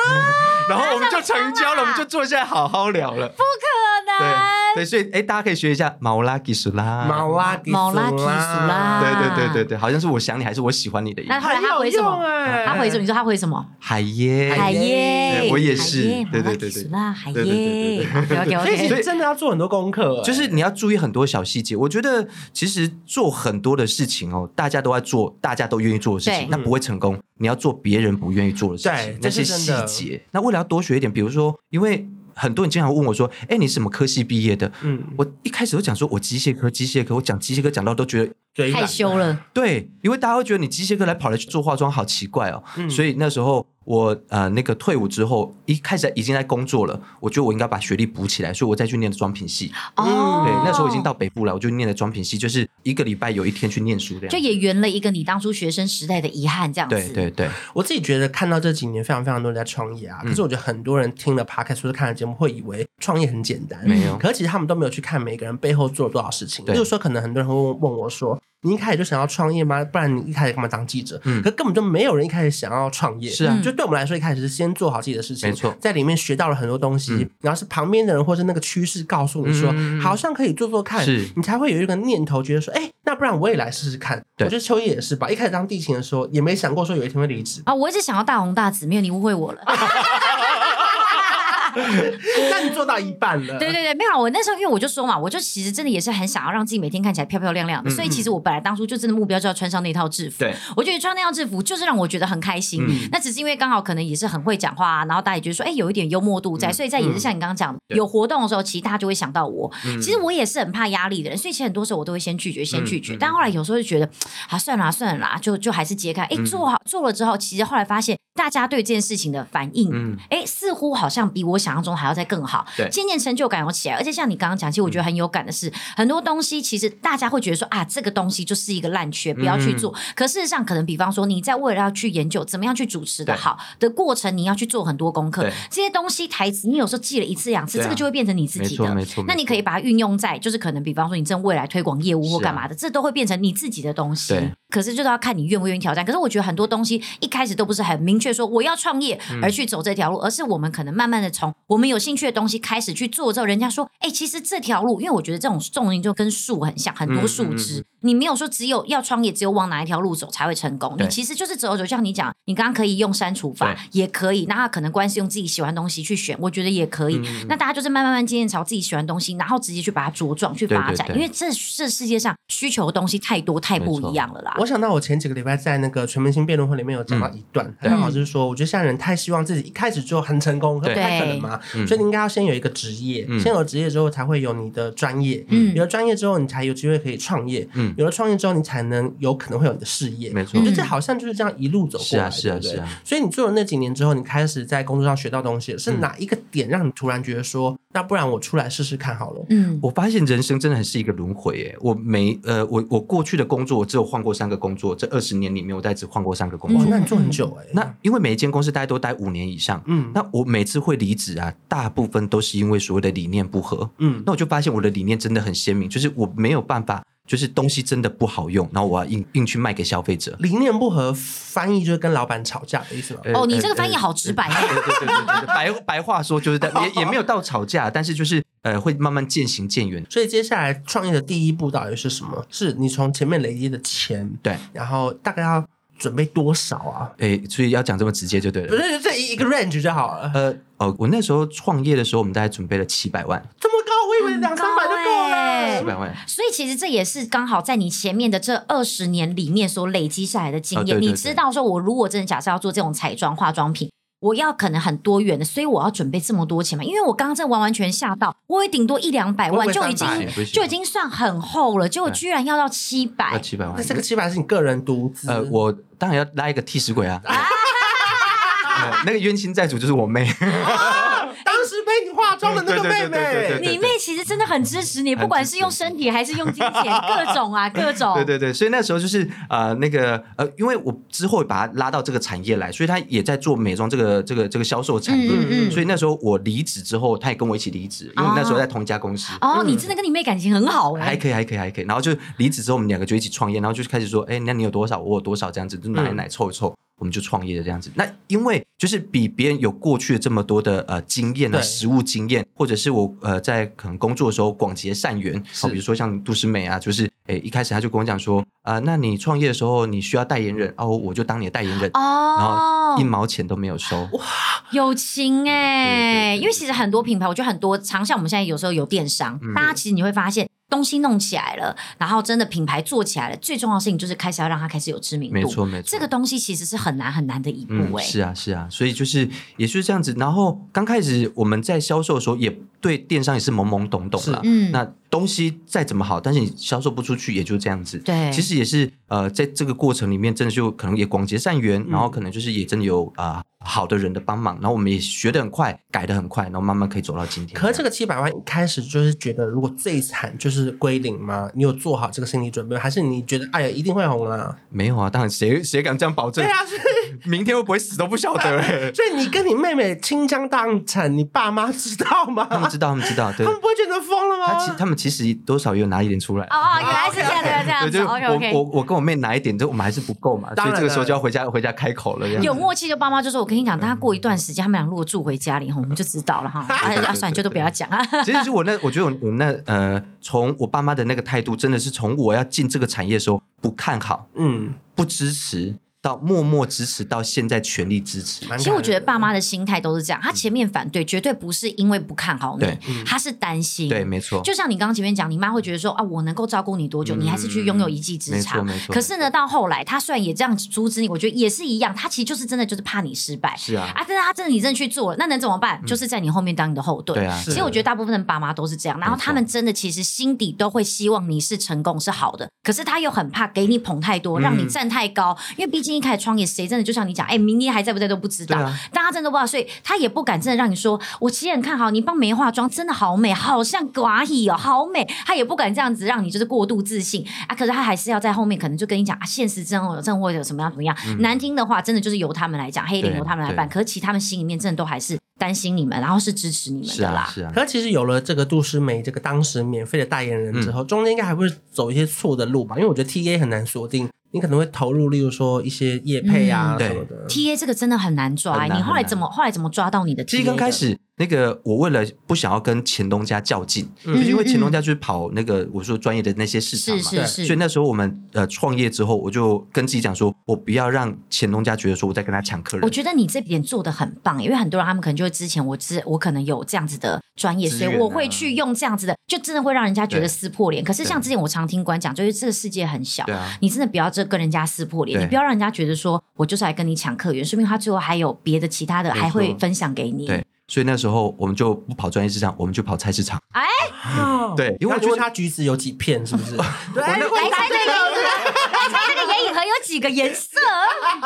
然后我们就成交了，我们就坐下来好好聊了。
不可能。
对对，所以哎，大家可以学一下毛拉吉苏拉。
毛拉迪
毛拉提
苏
苏拉
对对对对对，好像是我想你还是我喜欢你的意
那
思。
后来他回什
很有用
么？
哎
他回什么？你说他回什么？
海耶，
海耶
对，我也是
海耶
对对
马拉
对
基
对
苏拉海
对对对
耶，OK OK
所以其
OK，
实真的要做很多功课，哎
就是你要注意很多小细节。我觉得其实做很多的事情哦，大家都在做，大家都愿意做的事
对
情，那不会成功。你要做别人不愿意做的事
对
情，那些
这是
细
真的
节。那为了要多学一点，比如说，因为很多人经常问我说：“哎，你是什么科系毕业的？”
嗯，
我一开始都讲说我机械科，机械科，我讲机械科讲到都觉得
嘴
害
软
羞了。
对，因为大家会觉得你机械科来跑来去做化妆好奇怪哦，
嗯
所以那时候我呃那个退伍之后，一开始已经在工作了，我觉得我应该把学历补起来，所以我再去念的妆品系。
哦，
嗯对，那时候已经到北部了，我就念的妆品系，就是一个礼拜有一天去念书这
就
样。
也圆了一个你当初学生时代的遗憾，这样子。
对对对，
我自己觉得看到这几年非常非常多人在创业啊，
嗯
可是我觉得很多人听了 podcast 或者看了节目，会以为创业很简单，
没有
可是其实他们都没有去看每个人背后做了多少事情。
对
例如说，可能很多人会问问我说：“你一开始就想要创业吗？不然你一开始干嘛当记者？”
嗯
可根本就没有人一开始想要创业。
是啊
就对我们来说，一开始是先做好自己的事情，
没错
在里面学到了很多东西，
嗯
然后是旁边的人或是那个趋势告诉你说，
嗯
好像可以做做看，
是
你才会有一个念头，觉得说：“哎、那不然我也来试试看。”我
对
觉得秋叶也是吧，一开始当地勤的时候，也没想过说有一天会离职。
啊，我一直想要大红大紫，没有你误会我了。啊
但你做到一半了。
对对对，没有啊啦。我那时候因为我就说嘛，我就其实真的也是很想要让自己每天看起来漂漂亮亮的，所以
嗯
其实我本来当初就真的目标就要穿上那套制服。
对，
我觉得穿那套制服就是让我觉得很开心。
嗯
那只是因为刚好可能也是很会讲话、啊，然后大家也觉得说，哎，有一点幽默度在，所以在也是像你刚刚讲的，
嗯对嗯
有活动的时候，其实大家就会想到我。其实我也是很怕压力的人，所以其实很多时候我都会先拒绝，先拒绝。
嗯嗯
但后来有时候就觉得，啊，算了啦算了啦，就就还是揭开。哎，
嗯
做好做了之后，其实后来发现大家对这件事情的反应，
嗯
哎，似乎好像比我想象中还要再更好，
对嗯
渐渐成就感有起来。而且像你刚刚讲，其实我觉得很有感的是，很多东西其实大家会觉得说啊，这个东西就是一个烂缺，不要
嗯
去做。可事实上，可能比方说你在为了要去研究怎么样去主持的
对
好的过程，你要去做很多功课
对。
这些东西台词，你有时候记了一次两次，
对啊
这个就会变成你自
没
己
错
的。
没错。啊
那你可以把它运用在，就是可能比方说你正未来推广业务或干嘛的，这都会变成你自己的东西
对。
可是就是要看你愿不愿意挑战。可是我觉得很多东西一开始都不是很明确说我要创业
嗯
而去走这条路，而是我们可能慢慢的从我们有兴趣的东西开始去做之后，人家说，哎、其实这条路，因为我觉得这种种植就跟树很像，很多树
嗯
枝，
嗯
你没有说只有要创业，只有往哪一条路走才会成功。
对
你其实就是走走，就像你讲，你刚刚可以用删除法
对，
也可以，那他可能关系用自己喜欢的东西去选，我觉得也可以。
嗯
那大家就是慢慢慢渐渐朝自己喜欢的东西，然后直接去把它茁壮去发展，
对对对
因为这这世界上需求的东西太多太不一样了啦。
我想到我前几个礼拜在那个全明星辩论会里面有讲到
嗯
一段，他刚好就是说，我觉得现在人太希望自己一开始就很成功，可不
对
太可能嘛，
嗯
所以你应该要先有一个职业，
嗯
先有职业之后才会有你的专业，
嗯
有了专业之后你才有机会可以创业，
嗯
有了创业之后你才能有可能会有你的事业，
没错嗯
我觉得这好像就是这样一路走过来，
是啊
对不对
是啊是啊。
所以你做了那几年之后，你开始在工作上学到东西，是
嗯
哪一个点让你突然觉得说，那不然我出来试试看好了？
嗯，
我发现人生真的很是一个轮回耶！我每呃，我我过去的工作，我只有换过三个工作，这二十年里面，我大概只换过三个工
嗯
作。
哇，那你做很久哎、
那因为每一间公司大概都待五年以上，
嗯
那我每次会离职啊，大部分都是因为所谓的理念不合。
嗯
那我就发现我的理念真的很鲜明，就是我没有办法，就是东西真的不好用，然后我要硬硬去卖给消费者。
理念不合，翻译就是跟老板吵架的意思吗？
哦你这个翻译好直白啊哦
呃呃对对对对对对，白白话说就是 在也也没有到吵架，但是就是呃会慢慢渐行渐远。
所以接下来创业的第一步到底是什么？是你从前面累积的钱，
对，
然后大概要准备多少啊？
哎，所以要讲这么直接就对
不
了。
是，这一个 range 就好了。
呃哦，我那时候创业的时候，我们大概准备了七百万，
这么高，我以为两三百就够
很
七
高
了。
百万。
所以其实这也是刚好在你前面的这二十年里面所累积下来的经验。
啊对对
你知道说，我如果真的假设要做这种彩妆化妆品。我要可能很多元的，所以我要准备这么多钱嘛？因为我刚刚真的完完全吓到，我也顶多一两百
我以
万
为
就已经
300
不行哎啊
就已经算很厚了，结果
对
居然要到七
要
百，
七百万
那。这个七百是你个人独资？
呃，我当然要拉一个替死鬼 啊。呃那个冤亲债主就是我妹，
当时被你化妆的那个
嗯
妹
对对对对对
妹，
对
你妹其实真的很支持你，
很
不管是用身体还是用金 钱，各种啊，各种。
对对对，所以那时候就是呃那个呃，因为我之后把她拉到这个产业来，所以她也在做美妆这个这个这个销售产业，
嗯嗯嗯
所以那时候我离职之后，她也跟我一起离职，因为那时候在同一家公司。
哦，你真的跟你妹感情很好哎、
嗯还可以，还可以，还可以。然后就离职之后，我们两个就一起创业，然后就开始说，哎、那你有多少，我有多少，这样子就奶
嗯
奶凑一凑，我们就创业的这样子。那因为就是比别人有过去的这么多的呃经验啊，
对
实务经验，或者是我呃在可能工作的时候广结善缘，
是
好、比如说像杜诗美啊，就是哎、一开始他就跟我讲说，啊、那你创业的时候你需要代言人，哦，我就当你的代言人，然
哦
后一，毛钱都没有收，
友情哎、
对对对
因为其实很多品牌，我觉得很多，常像我们现在有时候有电商，
嗯
大家其实你会发现。东西弄起来了，然后真的品牌做起来了，最重要的事情就是开始要让它开始有知名度。
没错没错
这个东西其实是很难很难的一
嗯
步哎、
是啊，是啊，所以就是也是这样子。然后刚开始我们在销售的时候也对电商也是懵懵懂懂了。
嗯
那东西再怎么好，但是你销售不出去，也就这样子。
对
其实也是呃，在这个过程里面，真的就可能也广结善
嗯
缘，然后可能就是也真的有啊、呃好的人的帮忙，然后我们也学得很快，改得很快，然后慢慢可以走到今天。
可是这个七百万一开始就是觉得，如果最惨就是归零吗？你有做好这个心理准备吗，还是你觉得哎呀一定会红啦？
没有啊，当然谁谁敢这样保证？
对啊，所以。
明天会不会死都不晓得、欸
所以你跟你妹妹倾家荡产，你爸妈知道吗？
他们知道，他们知道，对
他。们不啊会觉得疯了
他其
吗？
他们其实多少也有拿一点出来。
哦哦，原来是这样，原来是这样
对，就
子
是
，OK
我
OK。
我我跟我妹拿一点，这我们还是不够嘛，所
当
以
然
这个时候
了
就要回家回家开口了。这样子
有默契的爸妈就说：“我跟你讲，大家过一段时间，他们俩如果住回家里，哈我们就知道 了哈。哎呀，算了，就都不要讲啊。
其实是我那，我觉得我我那呃，从我爸妈的那个态度，真的是从我要进这个产业的时候不看好、
嗯，
不支持，到默默支持，到现在全力支持。
蛮感人的
其实我觉得爸妈
嗯
的心态都是这样，他前面反对绝对不是因为不看好你
对，嗯
他是担心。
对，没错，
就像你刚刚前面讲，你妈会觉得说啊，我能够照顾你多久，
嗯
你还是去拥有一技之长
没错没。错
可是呢，到后来她虽然也这样阻止你，我觉得也是一样，她其实就是真的就是怕你失败
是啊，
啊。但是她真的你真的去做了，那能怎么办？就是在你后面当你的后盾。
对啊，
是
其实我觉得大部分的爸妈都是这样，然后
没错
他们真的其实心底都会希望你是成功是好的，可是他又很怕给你捧太
嗯
多，让你站太高，因为毕竟一开始创业，谁真的就像你讲，哎，明天还在不在都不知道
对啊，
大家真的不知道，所以他也不敢真的让你说，我其实很看好你帮梅化妆，真的好美，好像寡蚁哦，好美，他也不敢这样子让你就是过度自信啊，可是他还是要在后面可能就跟你讲啊，现实生活中或者有什么样怎么样，难听的话真的就是由他们来讲，黑脸
对
由他们来
嗯对
办，可是其实他们心里面真的都还是担心你们，然后是支持你们
是
的啦
啊，。是啊，
可是其实有了这个杜诗梅这个当时免费的代言人之
嗯
后，中间应该还会走一些错的路吧？因为我觉得 T A 很难锁定，你可能会投入，例如说一些业配啊
嗯
对
什么的。
T A 这个真的很难抓、
很难
你后来怎么后来怎么抓到你的 T
其
A？
实刚开始那个，我为了不想要跟前东家较劲，
嗯
就是因为前东家就是跑那个我说专业的那些市场
是
嘛，
是是，
所以那时候我们呃创业之后，我就跟自己讲说，我不要让前东家觉得说我在跟他抢客人。
我觉得你这点做的很棒，因为很多人他们可能就会之前我之我可能有这样子的专业，
资
所
源啊
以我会去用这样子的，就真的会让人家觉得
对
撕破脸。可是像
对
之前我常听官讲，就是这个世界很小
对。啊，
你真的不要这跟人家撕破脸，
对
你不要让人家觉得说我就是来跟你抢客源，说明他最后还有别的其他的
没错
还会分享给你。
对，所以那时候我们就不跑专业市场，我们就跑菜市场。
哦
对因为
那
我
你
觉得
问他橘子有几片，是 不是？对，
来
如果你
猜
答
这
对
个
了
颜色，来猜这个眼影盒有几个颜色？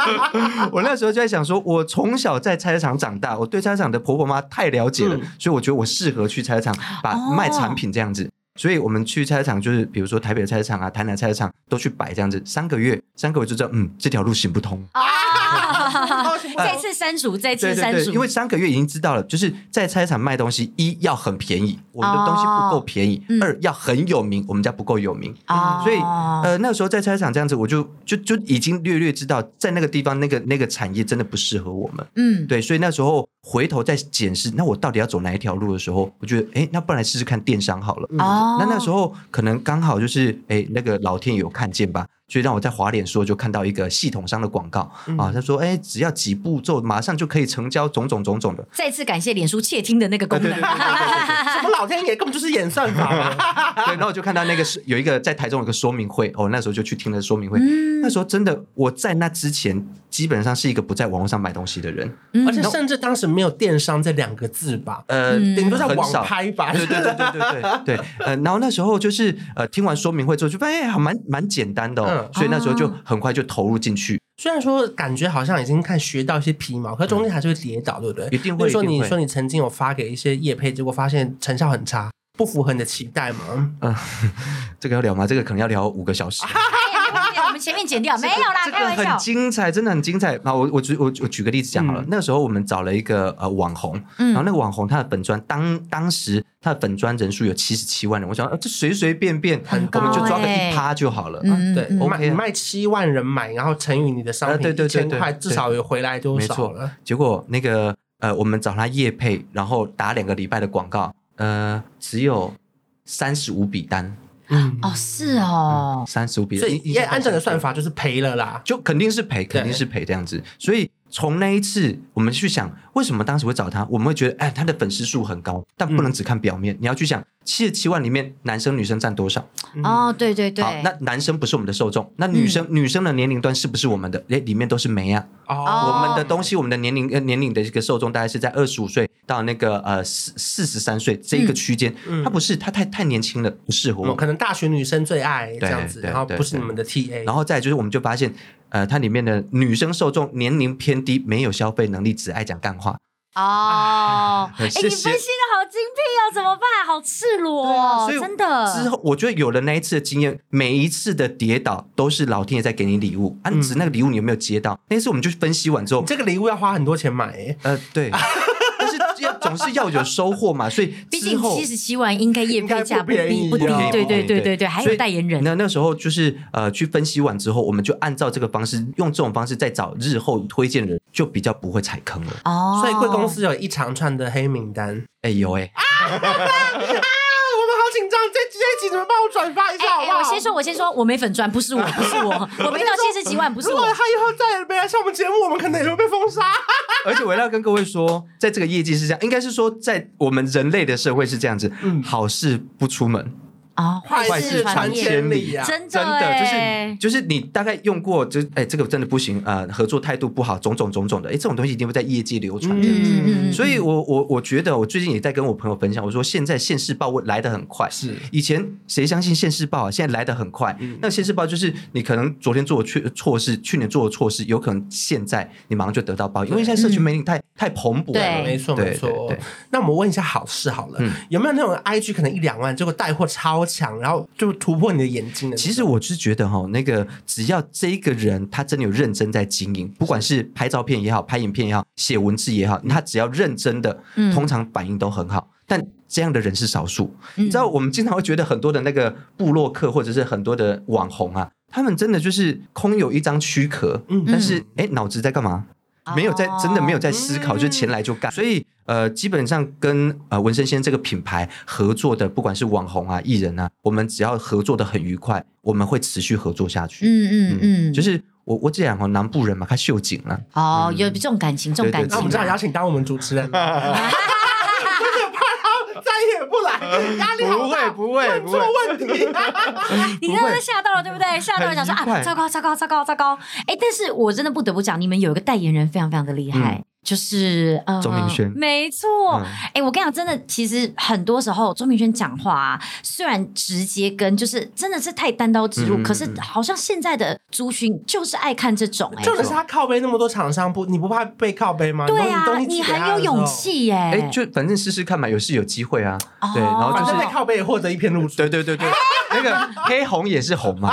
我那时候就在想说，我从小在菜市场长大，我对菜市场的婆婆妈太了解了，
嗯
所以我觉得我适合去菜市场把
哦
卖产品这样子。所以我们去菜市场，就是比如说台北的菜市场啊、台南的菜市场都去摆这样子，三个月，三个月就知道，嗯，这条路行不通。
啊！
哦
这次删除，
对
这次删
对
除，
对，因为三个月已经知道了，就是在菜市场卖东西，一要很便宜，我们的东西不够便宜；
嗯
二要很有名，我们家不够有名。
啊
所以呃，那个时候在菜市场这样子，我就就就已经略略知道，在那个地方那个那个产业真的不适合我们。
嗯，
对，所以那时候回头再检视，那我到底要走哪一条路的时候，我觉得，哎，那不然来试试看电商好了。
哦
那那时候可能刚好就是，哎，那个老天有看见吧，所以让我在华脸说就看到一个系统商的广告、啊，他说，哎，只要几步骤，马上就可以成交，种种种种的。
再次感谢脸书窃听的那个功能。
呃
什么老天爷根本就是演算法嘛！
对，然后我就看到那个是有一个在台中有一个说明会，哦，那时候就去听了说明会。
嗯
那时候真的，我在那之前基本上是一个不在网络上买东西的人，
而且
嗯，
甚至当时没有电商这两个字吧，
呃，
嗯
顶多在
很
网
少
拍 吧。
对对对对对对 对，呃，然后那时候就是呃，听完说明会之后就发现哎，还蛮蛮简单的哦，
嗯
所以那时候就
啊
很快就投入进去。
虽然说感觉好像已经看学到一些皮毛，可是中间还是会跌倒，对不对？
嗯一定会
比如说
一定
你
会
说你曾经有发给一些业配，结果发现成效很差，不符合你的期待嘛？
嗯这个要聊吗？这个可能要聊五个小 时。
我哎们前面剪掉没有啦，
这
开
个
玩笑
很。精彩，真的很精彩。那啊我我举我我举个例子讲好了。
嗯
那时候我们找了一个呃网红，
嗯
然后那个网红他的粉砖当当时他的粉砖人数有七十七万人，我想、呃、这随随便便
很
我们就
高
抓个
欸
一趴就好了。
嗯
对，
嗯
你
OK
卖
啊
你卖七万人买，然后乘以你的商
啊
品
对对
一
对
千块，
对
至少有回来多
没
少
错
了？
结果那个呃，我们找他业配，然后打两个礼拜的广告，呃，只有三十五笔单，
嗯，
哦，是哦，
三十五笔
所
单，
以
印
也按照你的算，
印象
法就是赔了啦
中。就肯定是赔，肯定是赔这样子。所以从那一次，我
嗯
们去想，为什么当时会找他？我们会觉得，哎，他的粉丝数很高，但不能只看表面，你要去想七十七万里面男生女生占多少？
哦，对对对
好，，那男生不是我们的受众，那女生、
嗯
女生的年龄段是不是我们的？哎，里面都是没啊。
哦，
我们的东西，我们的年龄呃年龄的一个受众大概是在二十五岁到那个呃四四十三岁这一个区间，
嗯
他不是他太太年轻了，不适合我
我
们。
可能大学女生最爱这
对
样子，
对
然后
对
不是
对
你们的 TA，
然后再来就是，我们就发现，呃，它里面的女生受众年龄偏低，没有消费能力，只爱讲干话。
哦，
哎
哎，你
谢
分析
谢啊
的好精辟哦，怎么办？好赤裸哦，
所以
真的。
之后，我觉得有了那一次的经验，每一次的跌倒都是老天爷在给你礼物，啊，
嗯
只是那个礼物你有没有接到？那次我们就分析完之后
你，这个礼物要花很多钱买欸，
呃， 对，但是要总是要有收获嘛，所以
毕
之
竟
后
七十七万应该业配价
应该不便宜
低不低，
哦
对对对对对，还
所
有
以
代言人，
那那时候就是呃，去分析完之后，我们就按照这个方式，用这种方式再找日后推荐人，就比较不会踩坑了。
哦，
所以贵公司有一长串的黑名单。
哎、有哎、
啊，我们好紧张，这这一集怎么帮我转发一
哎。
下好
哎
不好？
我先说，我先说，我没粉砖，不是我，不是我，我没到七十几万，不是
如果他
我。
以后再也没来上我们节目，我们可能也会被 封杀。
而且我要跟各位说，在这个业绩是这样，应该是说在我们人类的社会是这样子，
嗯
好事不出门，
啊，
坏
事
事
传
传
千，
千里啊
呀
真
真的就是
哎
就是你大概用过，就哎、这个真的不行啊、呃合作态度不好，种种种种的，哎、这种东西一定会在业界流传。
嗯
嗯嗯嗯，
所以我我我觉得，我最近也在跟我朋友分享，我说现在现世报会来得很快，
是嗯
以前谁相信现世报啊？现在来得很快。那现世报就是你可能昨天做的错错事，去年做的错事，有可能现在你马上就得到报应，因为现在社群媒体太、太蓬勃了。
对
没错
对
没错
对对。
那我们问一下好事好了
嗯，
有没有那种 IG 可能一两万，结果带货超强，然后就突破你的眼睛的那种？
其实我是觉得哈、那个只要这一个人他真的有认真在经营，不管是拍照片也好，拍影片也好，写文字也好，他只要认真的，
嗯
通常反应都很好。但这样的人是少数，
嗯
你知道，我们经常会觉得很多的那个部落客或者是很多的网红啊，他们真的就是空有一张躯壳，
嗯
但是哎，脑子在干嘛？没有在真的没有在思考，
嗯
就前来就干。所以呃，基本上跟呃纹身先这个品牌合作的，不管是网红啊、艺人啊，我们只要合作的很愉快，我们会持续合作下去。
嗯嗯嗯，
就是是我我这样哦，南部人嘛，他秀景啊了、
哦，有这种感情，这种感
对对对
那
情
我们正好邀
啊，
请当我们主 持人吧，真的怕他再也不来，压力好
呃
大。
哎不会
问错问题，
你刚刚吓到了，对不对？吓到了，想说
很愉
啊，
快
糟糕糟糕糟糕糟糕！哎，但是我真的不得不讲，你们有一个代言人非常非常的厉害
嗯，
就是呃，
钟明轩
没错
嗯。
哎，我跟你讲，真的，其实很多时候钟明轩讲话啊，虽然直接跟就是真的是太单刀直入，
嗯
可是好像现在的族群就是爱看这种哎。
重点是他靠背那么多厂商，不，你不怕被靠背吗？
对
啊你
啊，
东西
你
寄给
很
他
有
的时候
勇，气耶！
哎、就反正试试看嘛，有是有机会啊。
哦
对，然后
反
就
正
是
被靠背也获得一片露出。
对对对对，那个黑红也是红嘛，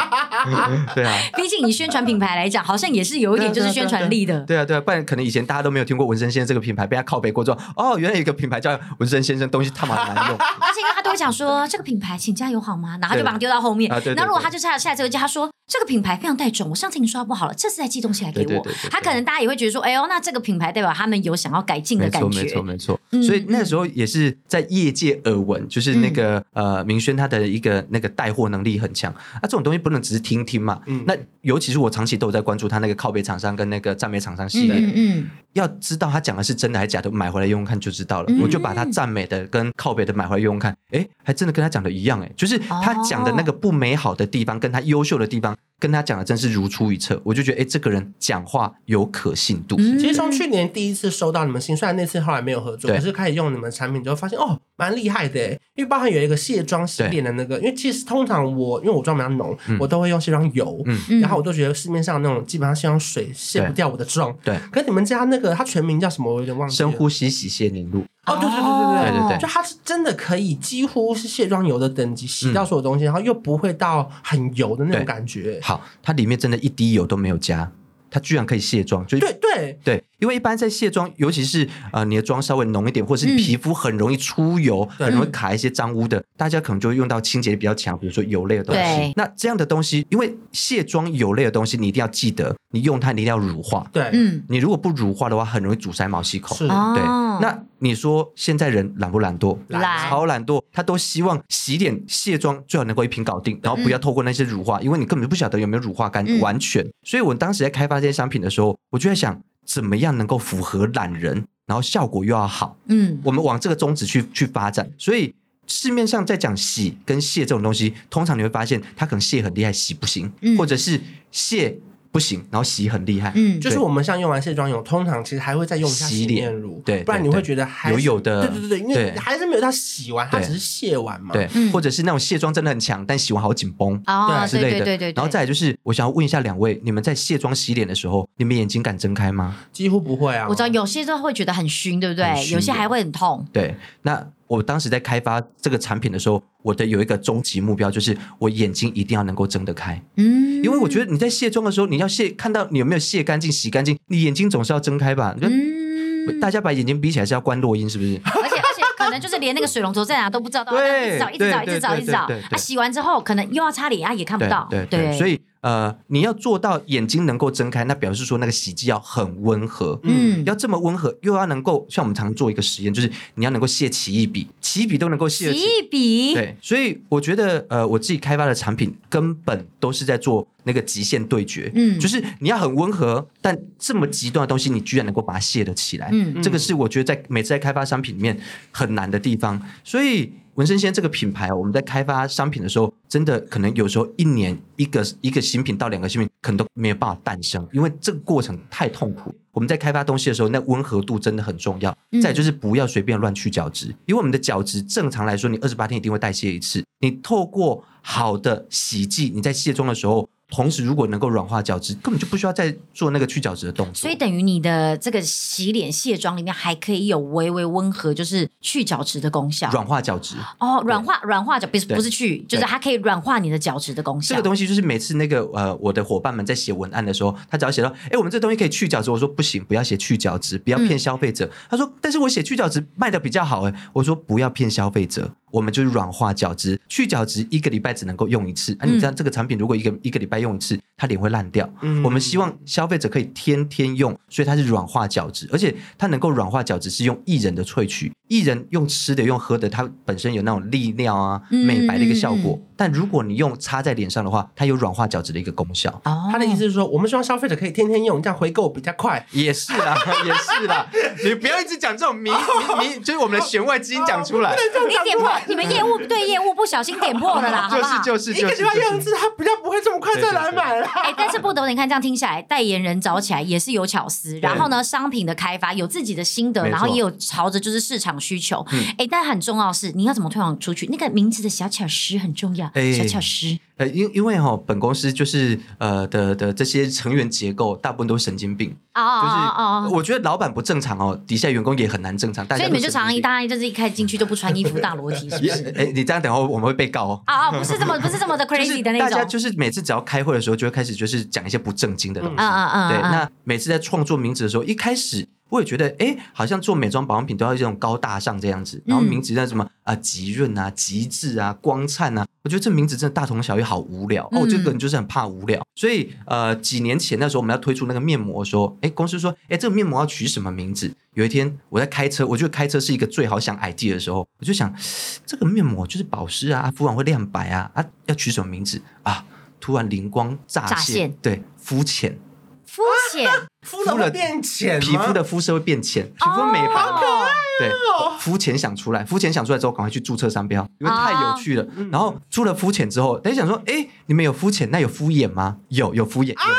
对啊。
毕竟以宣传品牌来讲，好像也是有一点就是宣传力的。
对啊，对啊，不然可能以前大家都没有听过纹身先生这个品牌，被他靠背过之后，哦，原来有一个品牌叫纹身先生，东西他妈难用。
而且因为他都会讲说这个品牌请加油好吗？然后他就
对
把它丢到后面。
啊对对
然后如果
对
他就下下这个机，他说这个品牌非常带种，我上次已经刷不好了，这次再寄东西来给我。
对对对对对
他可能大家也会觉得说，哎呦，那这个品牌代表他们有想要改进的
没
感
错，
觉。
没错，没错
嗯。嗯
所以那时候也是在业界耳闻，就是那个、呃，明轩他的一个那个带货能力很强。啊，这种东西不能只是听听嘛。
嗯
那尤其是我长期都有在关注他那个靠背厂商跟那个赞美厂商系列，
嗯嗯
要知道他讲的是真的还是假的，买回来用用看就知道了。
嗯
我就把他赞美的跟靠北的买回来用用看，诶，还真的跟他讲的一样，诶，就是他讲的那个不美好的地方，跟他优秀的地方，跟他讲的真是如出一辙。我就觉得，诶，这个人讲话有可信度。
嗯。
其实从去年第一次收到你们信，虽然那次后来没有合作，
对
可是开始用你们产品之后，发现哦，蛮厉害的耶。因为包含有一个卸妆系列的那个，因为其实通常我因为我妆比较浓，
嗯
我都会用卸妆油，
嗯
嗯
然后我都觉得市面上那种基本上卸妆水卸不掉我的妆。
对，
可是你们家那个它全名叫什么？我有点忘记了。
深呼吸，洗卸凝露。
哦，对对对对
对对对
就它是真的可以几乎是卸妆油的等级洗掉所有东西，然后又不会到很油的那种
嗯对
感觉。
好，它里面真的一滴油都没有加，它居然可以卸妆，就是
对对，
对，因为一般在卸妆，尤其是呃你的妆稍微浓一点，或者是
嗯
你皮肤很容易出油，
对
很容易卡一些脏污的，大家可能就会用到清洁力比较强，比如说油类的东
对
西。那这样的东西，因为卸妆油类的东西，你一定要记得，你用它你一定要乳化。
对，
嗯
你如果不乳化的话，很容易阻塞毛细孔。对
是
哦，
那你说现在人懒不懒惰？
来
超懒惰，他都希望洗脸、卸妆最好能够一瓶搞定，然后不要透过那些乳化，因为你根本不晓得有没有乳化干、
嗯
完全。所以我当时在开发这些商品的时候，我就在想，怎么样能够符合懒人，然后效果又要好，
嗯
我们往这个宗旨去去发展。所以市面上在讲洗跟泻这种东西，通常你会发现它可能泻很厉害，洗不行，
嗯
或者是泻不行，然后洗很厉害。
嗯，
就是我们像用完卸妆油，通常其实还会再用一下
洗
洗
脸
面乳，
对
不然
对
你会
对
觉得还是
油油的
对对对，因为
对
还是没有它洗完，它
对
只是卸完嘛。
对，
嗯
或者是那种卸妆真的很强，但洗完好紧绷。
哦，
之
对
类
对
啊的，
对对，
然后再来就是，我想要问一下两位，你们在卸妆洗脸的时候，你们眼睛敢睁开吗？
几乎不会啊。
我知道有些都会觉得很熏，对不
哦很
对？
熏
有些
对
还会很痛。
对，那我当时在开发这个产品的时候，我的有一个终极目标就是，我眼睛一定要能够睁得开，
嗯，
因为我觉
得，
得你在卸妆的时候，你要卸看到你有没有卸干净、洗干净，你眼睛总是要睁开吧？你
嗯
就， 大家把眼睛闭起来是要关落音，是不是？
而且而且可能就是连那个水龙头在哪都不知道，
对
但是一直找一直找一
对
直找
对
一直找
对对对
啊，洗完之后可能又要擦脸啊，也看不到。
对对所以呃，你要做到眼睛能够睁开，那表示说那个洗剂要很温和。
嗯，
要这么温和，又要能够像我们常做一个实验，就是你要能够卸奇异笔，奇异笔都能够卸
洗
得起。
一笔，
对，所以我觉得，呃，我自己开发的产品根本都是在做那个极限对决，
嗯
就是你要很温和，但这么极端的东西，你居然能够把它卸得起来，
嗯
这个是我觉得在每次在开发商品里面很难的地方。所以纹身仙这个品牌哦，我们在开发商品的时候，真的可能有时候一年一个一个新品到两个新品，可能都没有办法诞生，因为这个过程太痛苦。我们在开发东西的时候，那温和度真的很重要。
嗯
再就是不要随便乱去角质，因为我们的角质正常来说，你二十八天一定会代谢一次。你透过好的洗剂，你在卸妆的时候，同时如果能够软化角质，根本就不需要再做那个去角质的动作。
所以等于你的这个洗脸卸妆里面还可以有微微温和，就是去角质的功效。
软化角质，
哦，软化软化角不是
对
不是去，就是它可以软化你的角质的功效。
这个东西就是啊每次那个呃，我的伙伴们在写文案的时候，他只要写到，哎，我们这东西可以去角质，我说不行，不要写去角质，不要骗消费者。他说，但是我写去角质卖的比较好，哎，我说不要骗消费者，我们就是软化角质，去角质一个礼拜只能够用一次。啊，你知道这个产品如果一个一个礼拜用一次，它脸会烂掉。
嗯
我们希望消费者可以天天用，所以它是软化角质，而且它能够软化角质是用薏仁的萃取，薏仁用吃的用喝的，它本身有那种利尿啊、
嗯
美白的一个效
嗯
果。但如果你用擦在脸上的话，它有软化角质的一个功效。
哦，
他的意思是说，我们希望消费者可以天天用，这样回购比较快。
也是啦，也是啦，你不要一直讲这种迷迷迷，就是我们的弦外之音讲出来，
你点破你们业务对业务不小 心点破了啦，哦
就
好不
是
好？
就是
一
就
个
是
礼拜用一
就是。
次，他比较不会这么快再来买了。
哎，但是不得你看这样听下来，代言人找起来也是有巧思，然后呢，商品的开发有自己的心得，
没错
然后也有朝着就是市场需求
嗯。
哎，但很重要的是你要怎么推广出去，那个名字的小巧思很重要
哎，
小巧思。
呃，因因为哈、本公司就是呃的的这些成员结构，大部分都是神经病，
哦哦
就是、
哦哦哦。
我觉得老板不正常哦，底下员工也很难正常，大
所
家
以
都
你们就常常一
神经病
大家就是一开始进去都不穿衣服大裸体， 是不是？
哎，你这样等会我们会被告哦。
啊啊，不是这么不是这么的
就
crazy
是
的那
大家
种，
就是每次只要开会的时候，就会开始就是讲一些不正经的东西。
嗯嗯嗯，
对，
嗯
那每次在创作名字的时候，一开始我也觉得，哎，好像做美妆保养品都要这种高大上这样
嗯
子，然后名字叫什么啊，极润啊、极致啊、光灿啊，我觉得这名字真的大同小异，好无聊。
嗯
哦，我这个人就是很怕无聊，所以呃，几年前那时候我们要推出那个面膜的时候，哎，公司说，哎，这个面膜要取什么名字？有一天我在开车，我觉得开车是一个最好想 idea 的时候，我就想，这个面膜就是保湿啊，啊敷完会亮白啊，啊，要取什么名字啊？突然灵光乍
乍
现
现
对，肤浅。
肤 浅，
敷了会变浅吗，
皮肤的肤色会变浅，皮肤会美白。
哦好可爱。
对，肤浅想出来，肤浅想出来之后，赶快去注册商标，因为太有趣了。
嗯
然后出了肤浅之后，大家想说，哎，你们有肤浅，那有敷衍吗？有，有敷衍。有膜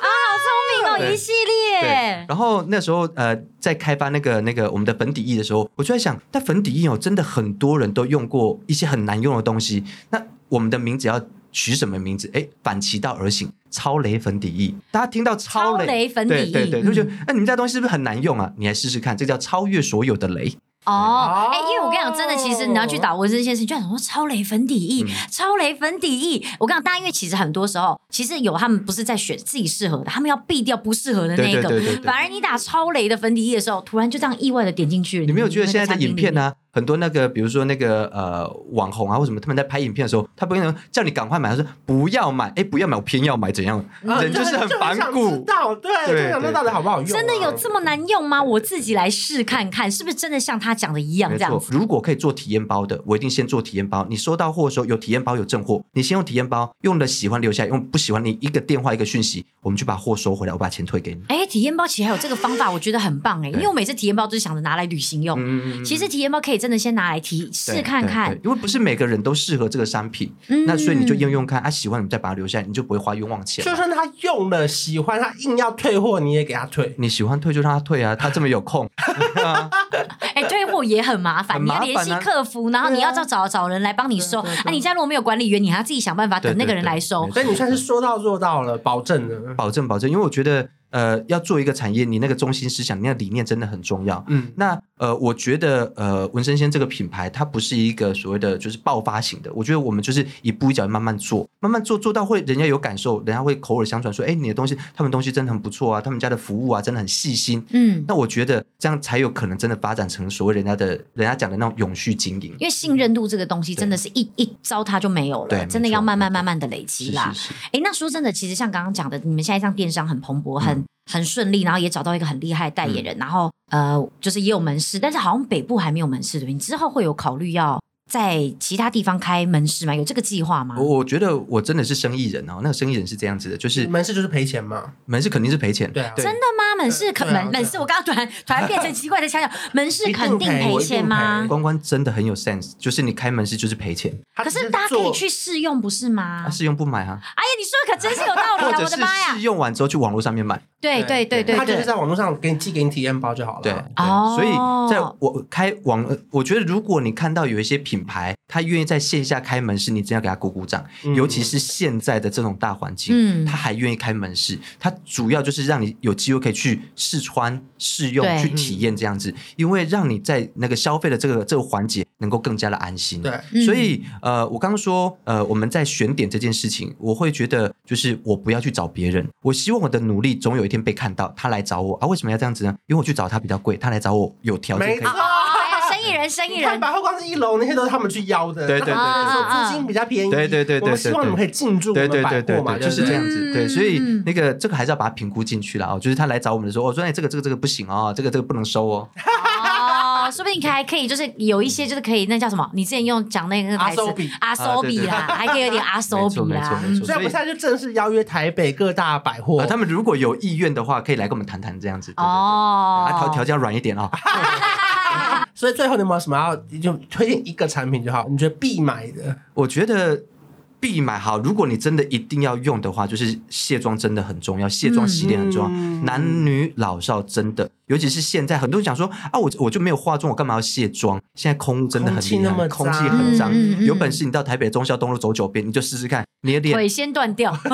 好聪明哦，
对
一系
对
列，。
然后那时候呃，在开发那个那个我们的粉底液的时候，我就在想，但粉底液哦，真的很多人都用过一些很难用的东西，那我们的名字要取什么名字？哎，反其道而行，超雷粉底液。大家听到超
超雷粉底液
对对对，
嗯
就觉得哎、你们家东西是不是很难用啊？你来试试看，这叫超越所有的雷。
哦
哦，
哎，因为我跟你讲，真的，其实你要
哦
去打纹身先生，就想说超雷粉底
嗯
液，超雷粉底液。我跟你讲，大家因为其实很多时候，其实有他们不是在选自己适合的，他们要避掉不适合的那
对
一
对
个。
对对对
反。而你打超雷的粉底液的时候，突然就这样意外的点进去了。
你没有觉得
嗯那个
现在的
产品
影片
里面？
呢、很多那个，比如说那个呃网红啊，或什么，他们在拍影片的时候，他不可能叫你赶快买，他说不要买，哎，不要买，我偏要买，怎样？
嗯
啊
人就是很反
就很想知
骨，
道对，
对
就想知道到底好不好用啊。
真的有这么难用吗？我自己来试看看，是不是真的像他他讲的一样
没
这样
错
子，。
如果可以做体验包的，我一定先做体验包。你收到货的时候有体验包有正货，你先用体验包，用了喜欢留下来，用不喜欢你一个电话一个讯息，我们就把货收回来，我把钱退给你。
哎，体验包其实还有这个方法，我觉得很棒哎，因为我每次体验包都是想着拿来旅行用。
嗯
其实体验包可以真的先拿来提
对
试看
对
看
对，因为不是每个人都适合这个商品，
嗯
那所以你就用用看啊，喜欢你再把它留下来，你就不会花冤枉钱嘛。
就算他用了喜欢，他硬要退货，你也给他退。
你喜欢退就让他退 啊，他这么有空，
哎，退货也很麻烦，
很
你
麻
要
烦啊
联系客服，然后你要找找找人来帮你收。啊，你家如果没有管理员，你还要自己想办法
对
等那个人来
对
收
对。
所以你算是说到做到了，保证了。
保证保证，因为我觉得呃，要做一个产业，你那个中心思想、你那个理念真的很重要。
嗯，
那呃，我觉得呃，纹身仙这个品牌，它不是一个所谓的就是爆发型的。我觉得我们就是一步一脚慢慢做，慢慢做，做到会人家有感受，人家会口耳相传说，哎，你的东西，他们东西真的很不错啊，他们家的服务啊，真的很细心。
嗯，
那我觉得这样才有可能真的发展成所谓人家的人家讲的那种永续经营。
因为信任度这个东西真的是一一糟蹋就没有
嗯对
了，
没错
真的要慢慢慢慢的累积啦。
是是，
哎，那说真的，其实像刚刚讲的，你们现在像电商很蓬勃，很、很顺利，然后也找到一个很厉害的代言人，然后呃，就是也有门市，但是好像北部还没有门市，对不对？你之后会有考虑要在其他地方开门市吗？有这个计划吗
我？我觉得我真的是生意人哦，那个生意人是这样子的，就是
嗯
门市就是赔钱嘛。
门市肯定是赔钱，
对啊
真的吗？门市可
对啊
门
对啊
门市，我刚刚突然突然变成奇怪的想想，门市肯定赔钱吗？
关关真的很有 sense，就是你开门市就是赔钱，
他
可
只
是大家可以
做
去试用，不是吗？
啊，试用不买啊，
哎呀，你说的可真是有道理
或
啊！
者
我
是
的妈呀
试！用完之后去网络上面买。
对对对对
他就是
对，
在网络上给你寄给你体验包就好了。
对，对
哦
所以在我开网，呃我觉得如果你看到有一些品牌，他愿意在线下开门市，你真要给他鼓鼓掌。
嗯
尤其是现在的这种大环境，
嗯
他还愿意开门市，他主要就是让你有机会可以去试穿、试用、
对
去体验这样子，因为让你在那个消费的这个这个环节能够更加的安心。
对，
嗯
所以呃，我刚刚说呃，我们在选点这件事情，我会觉得就是我不要去找别人，我希望我的努力总有一天被看到，他来找我啊。为什么要这样子呢？因为我去找他比较贵，他来找我有条件
没啊
可以
错。。
哎呀生意人，生意
你
人
看，百货公司一楼那些都是他们去邀的，
对对对
啊
对
啊啊
资金比较便宜。
对对对对对
我们希望你们可以进驻我
对
们
对
百
对对
货嘛，
对，就
对不
是
对
这样
嗯
子。对，所以
嗯
那个这个还是要把它评估进去了哦。就是他来找我们的时候，我说哎，这个这个这个不行哦，这个这个不能收哦。
哦，说不定还可以，就是有一些就是可以，那叫什么？你之前用讲那个台词
阿手比
阿手比啦，还可以有点阿手
没
比
错没错
啦。
没错。所
所以我
以
们现在就正式邀约台北各大百货
呃，。他们如果有意愿的话，可以来跟我们谈谈这样子。对对对
哦
啊，条条件软一点哦。
所以最后你有没有什么要就推荐一个产品就好？你觉得必买的？
我觉得必买好，如果你真的一定要用的话，就是卸妆真的很重要，卸妆洗脸很重要，
嗯
男女老少真的，尤其是现在很多人讲说啊，我我就没有化妆，我干嘛要卸妆？现在空污真的很厉害，
空
空
气
气
那么脏
很脏，
嗯嗯嗯
有本事你到台北中孝东路走九遍，你就试试看，你的
腿
脸。
先断掉，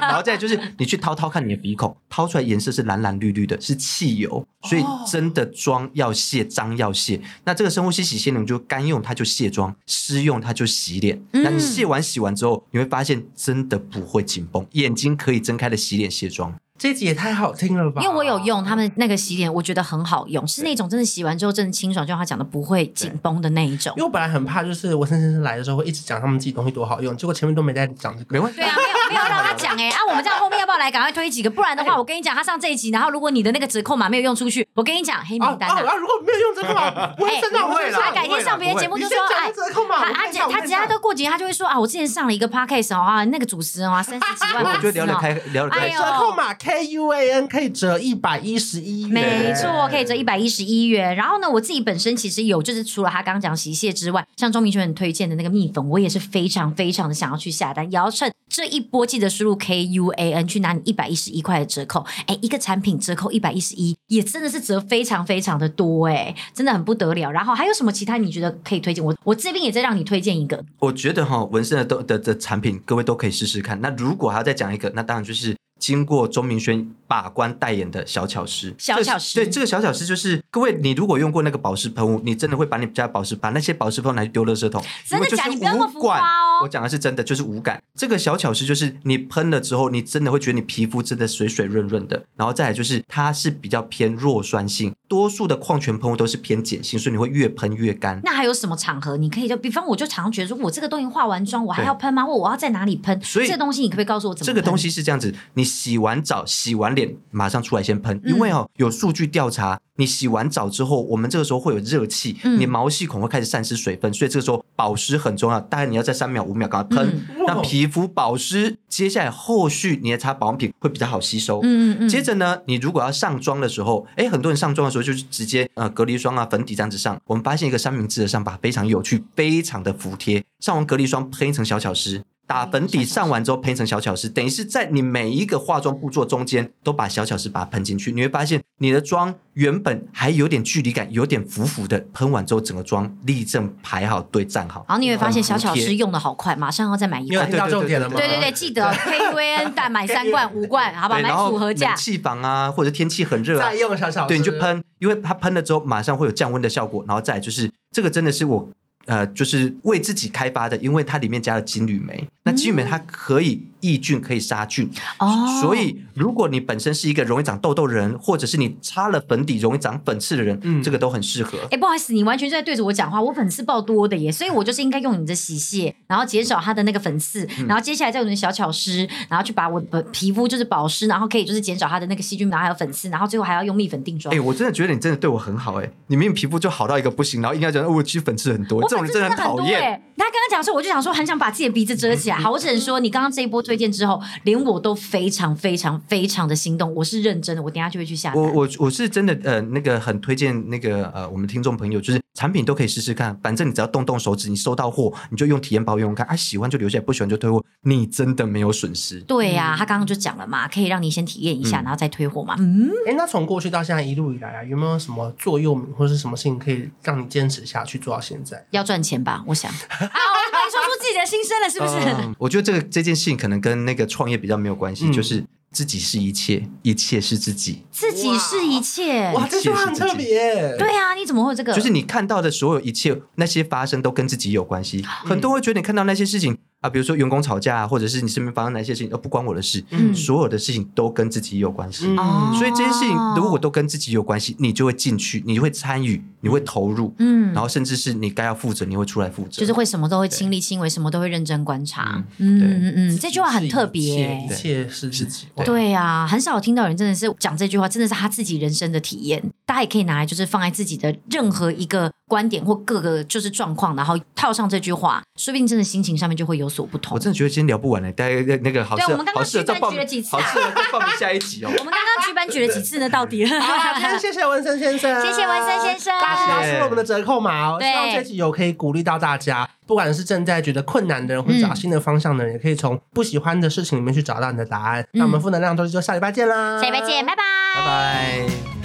然后再来就是你去掏掏看你的鼻孔，掏出来颜色是蓝蓝绿绿的，是汽油，
哦
所以真的妆要卸，脏要卸。那这个深呼吸洗卸灵就干用它就卸妆，湿用它就洗脸。
嗯
那你卸完洗完之后，你会发现真的不会紧绷，眼睛可以睁开的洗脸卸妆。
这集也太好听了吧！
因为我有用他们那个洗脸，我觉得很好用，是那种真的洗完之后真的清爽，就像他讲的不会紧绷的那一种
因为。我本来很怕，就是我森先生来的时候会一直讲他们自己东西多好用，结果前面都没在讲这个。
没问题
对，啊，没有没有让他讲哎、啊，我们这样后面要不要来赶快推几个？不然的话，我跟你讲，他上这一集，然后如果你的那个折扣码没有用出去，我跟你讲黑
啊
名单哎
啊
啊。
啊！如果没有用这个 嘛，我会生到我身
他
上。
改天上别的节目
你
就
先
说哎
讲。折扣嘛，
他
我
他
看一
只
下
他只要都过几天，他就会说啊，我之前上了一个 podcast 哦啊，那个主持人哦啊，三十几
我
万粉
我
丝哦，
觉得聊得开，聊得
哎
开
呦
折扣码 K U A N 可以折一百一十一元，
没错，可以折一百一十一元。然后呢，我自己本身其实有，就是除了他刚刚讲洗卸之外，像钟明轩很推荐的那个蜜粉，我也是非常非常的想要去下单。也要趁这一波，记得输入 K U A N 去拿你一百一十一块的折扣。哎，一个产品折扣一百一十一，也真的是折非常非常的多哎、真的很不得了。然后还有什么其他你觉得可以推荐？我我这边也在让你推荐一个，
我觉得哈，纹身的都的的产品，各位都可以试试看。那如果还要再讲一个，那当然就是经过钟明轩把关代言的小巧思。
小巧思
这对这个小巧思就是，各位你如果用过那个保湿喷雾，你真的会把你家保湿把那些保湿喷雾拿去丢垃圾桶，
真的
因为就
假的
是
你不要那么
无
浮夸
感
哦
我讲的是真的，就是无感。这个小巧思就是你喷了之后，你真的会觉得你皮肤真的水水润润的。然后再来就是它是比较偏弱酸性，多数的矿泉喷雾都是偏碱性，所以你会越喷越干。
那还有什么场合你可以就，比方我就常常觉得说，我这个东西化完妆，我还
对
要喷吗？或我要在哪里喷？
所以
这个东西你可不可以告诉我怎么
这
喷？
个东西是这样子，你洗完澡、洗完脸，马上出来先喷，因为哦，有数据调查，你洗完澡之后，我们这个时候会有热气，
嗯
你毛细孔会开始散失水分，所以这个时候保湿很重要。大概你要在三秒、五秒赶快喷，
嗯
让皮肤保湿。接下来后续你的擦保养品会比较好吸收。
嗯嗯嗯，
接着呢，你如果要上妆的时候，哎，很多人上妆的时候就是直接呃隔离霜啊、粉底这样子上。我们发现一个三明治的上法非常有趣，非常的服帖。上完隔离霜喷一层小巧湿，打粉底上完之后喷一层小巧湿，等于是在你每一个化妆步骤中间都把小巧湿把它喷进去，你会发现你的妆原本还有点距离感，有点浮浮的，喷完之后整个妆立正排好对站好。
然后你会发现小
很服
巧
帖
师用的好快，马上要再买一
你有
罐。
听到重点了吗？
对对对，记得哦 KVN 蛋买三罐五罐，好吧，
对
买
然后
组合价
冷。气房啊，或者天气很热啊
再，用小小
对，你就
时，
喷，因为它喷了之后马上会有降温的效果，然后再来就是这个真的是我呃，就是为自己开发的，因为它里面加了金缕梅，那金缕梅它可以抑菌，可以杀菌，
哦
所以如果你本身是一个容易长痘痘的人，或者是你擦了粉底容易长粉刺的人，
嗯
这个都很适合。
哎，不好意思，你完全就在对着我讲话，我粉刺爆多的耶，所以我就是应该用你的洗卸，然后减少它的那个粉刺，
嗯
然后接下来再用你的小巧湿，然后去把我的皮肤就是保湿，然后可以就是减少它的那个细菌，然后还有粉刺，然后最后还要用蜜粉定妆
哎、。我真的觉得你真的对我很好哎、你明明皮肤就好到一个不行，然后硬要讲、哦我其实粉刺很多，哎
我
这种人真的很
很
讨
多
厌。嗯
欸。他刚刚讲的时候，我就想说，很想把自己的鼻子遮起来。好，我只能说，你刚刚这一波推荐之后，连我都非常非常非常的心动。我是认真的，我等一下就会去下单。
我我我是真的呃，那个很推荐那个呃，我们听众朋友就是产品都可以试试看，反正你只要动动手指，你收到货你就用体验包用用看啊，喜欢就留下来，不喜欢就退货，你真的没有损失。
对呀、他刚刚就讲了嘛，可以让你先体验一下，
嗯
然后再退货嘛。嗯，
哎，那从过去到现在一路以来啊，有没有什么座右铭或是什么事情可以让你坚持下去做到现在？
要赚钱吧， 我想。啊，我可以说出自己的心声了，是不是？
嗯我觉得这个这件事情可能跟那个创业比较没有关系，
嗯
就是自己是一切，一切是自己。
自己是一切。
哇，这句话很特别。
对啊，你怎么会有这个？
就是你看到的所有一切，那些发生都跟自己有关
嗯
系。很多人会觉得你看到那些事情啊，比如说员工吵架啊，或者是你身边发生哪些事情，呃，不关我的事，
嗯
所有的事情都跟自己有关系。
嗯
哦
所以这些事情如果都跟自己有关系，你就会进去，你会参与，你会投入，
嗯
然后甚至是你该要负责，你会出来负责，
就是会什么都会亲力亲为，什么都会认真观察。嗯
嗯对
嗯嗯，这句话很特别欸、
一切一切是自己。哇
对呀、啊，很少听到有人真的是讲这句话，真的是他自己人生的体验。大家也可以拿来就是放在自己的任何一个观点或各个就是状况，然后套上这句话，说不定真的心情上面就会有所不同
我。真的觉得今天聊不完嘞、大家那个好
对
适
我们
合
刚，刚
好适合
举办
再报
举
名
了几，次
好
啊
适合再报名下一集哦。
我们刚刚举办举了几次呢？到底？
好 啦，今天谢谢文森先生，
谢谢文森先生
大家要输入我们的折扣码哦。
对
希望这集有可以鼓励到大家，不管是正在觉得困难的人，或者
嗯
找新的方向的人，也可以从不喜欢的
嗯
事情里面去找到你的答案。那我们负能量周期就下礼拜见啦，
下礼拜见，拜拜。
拜拜。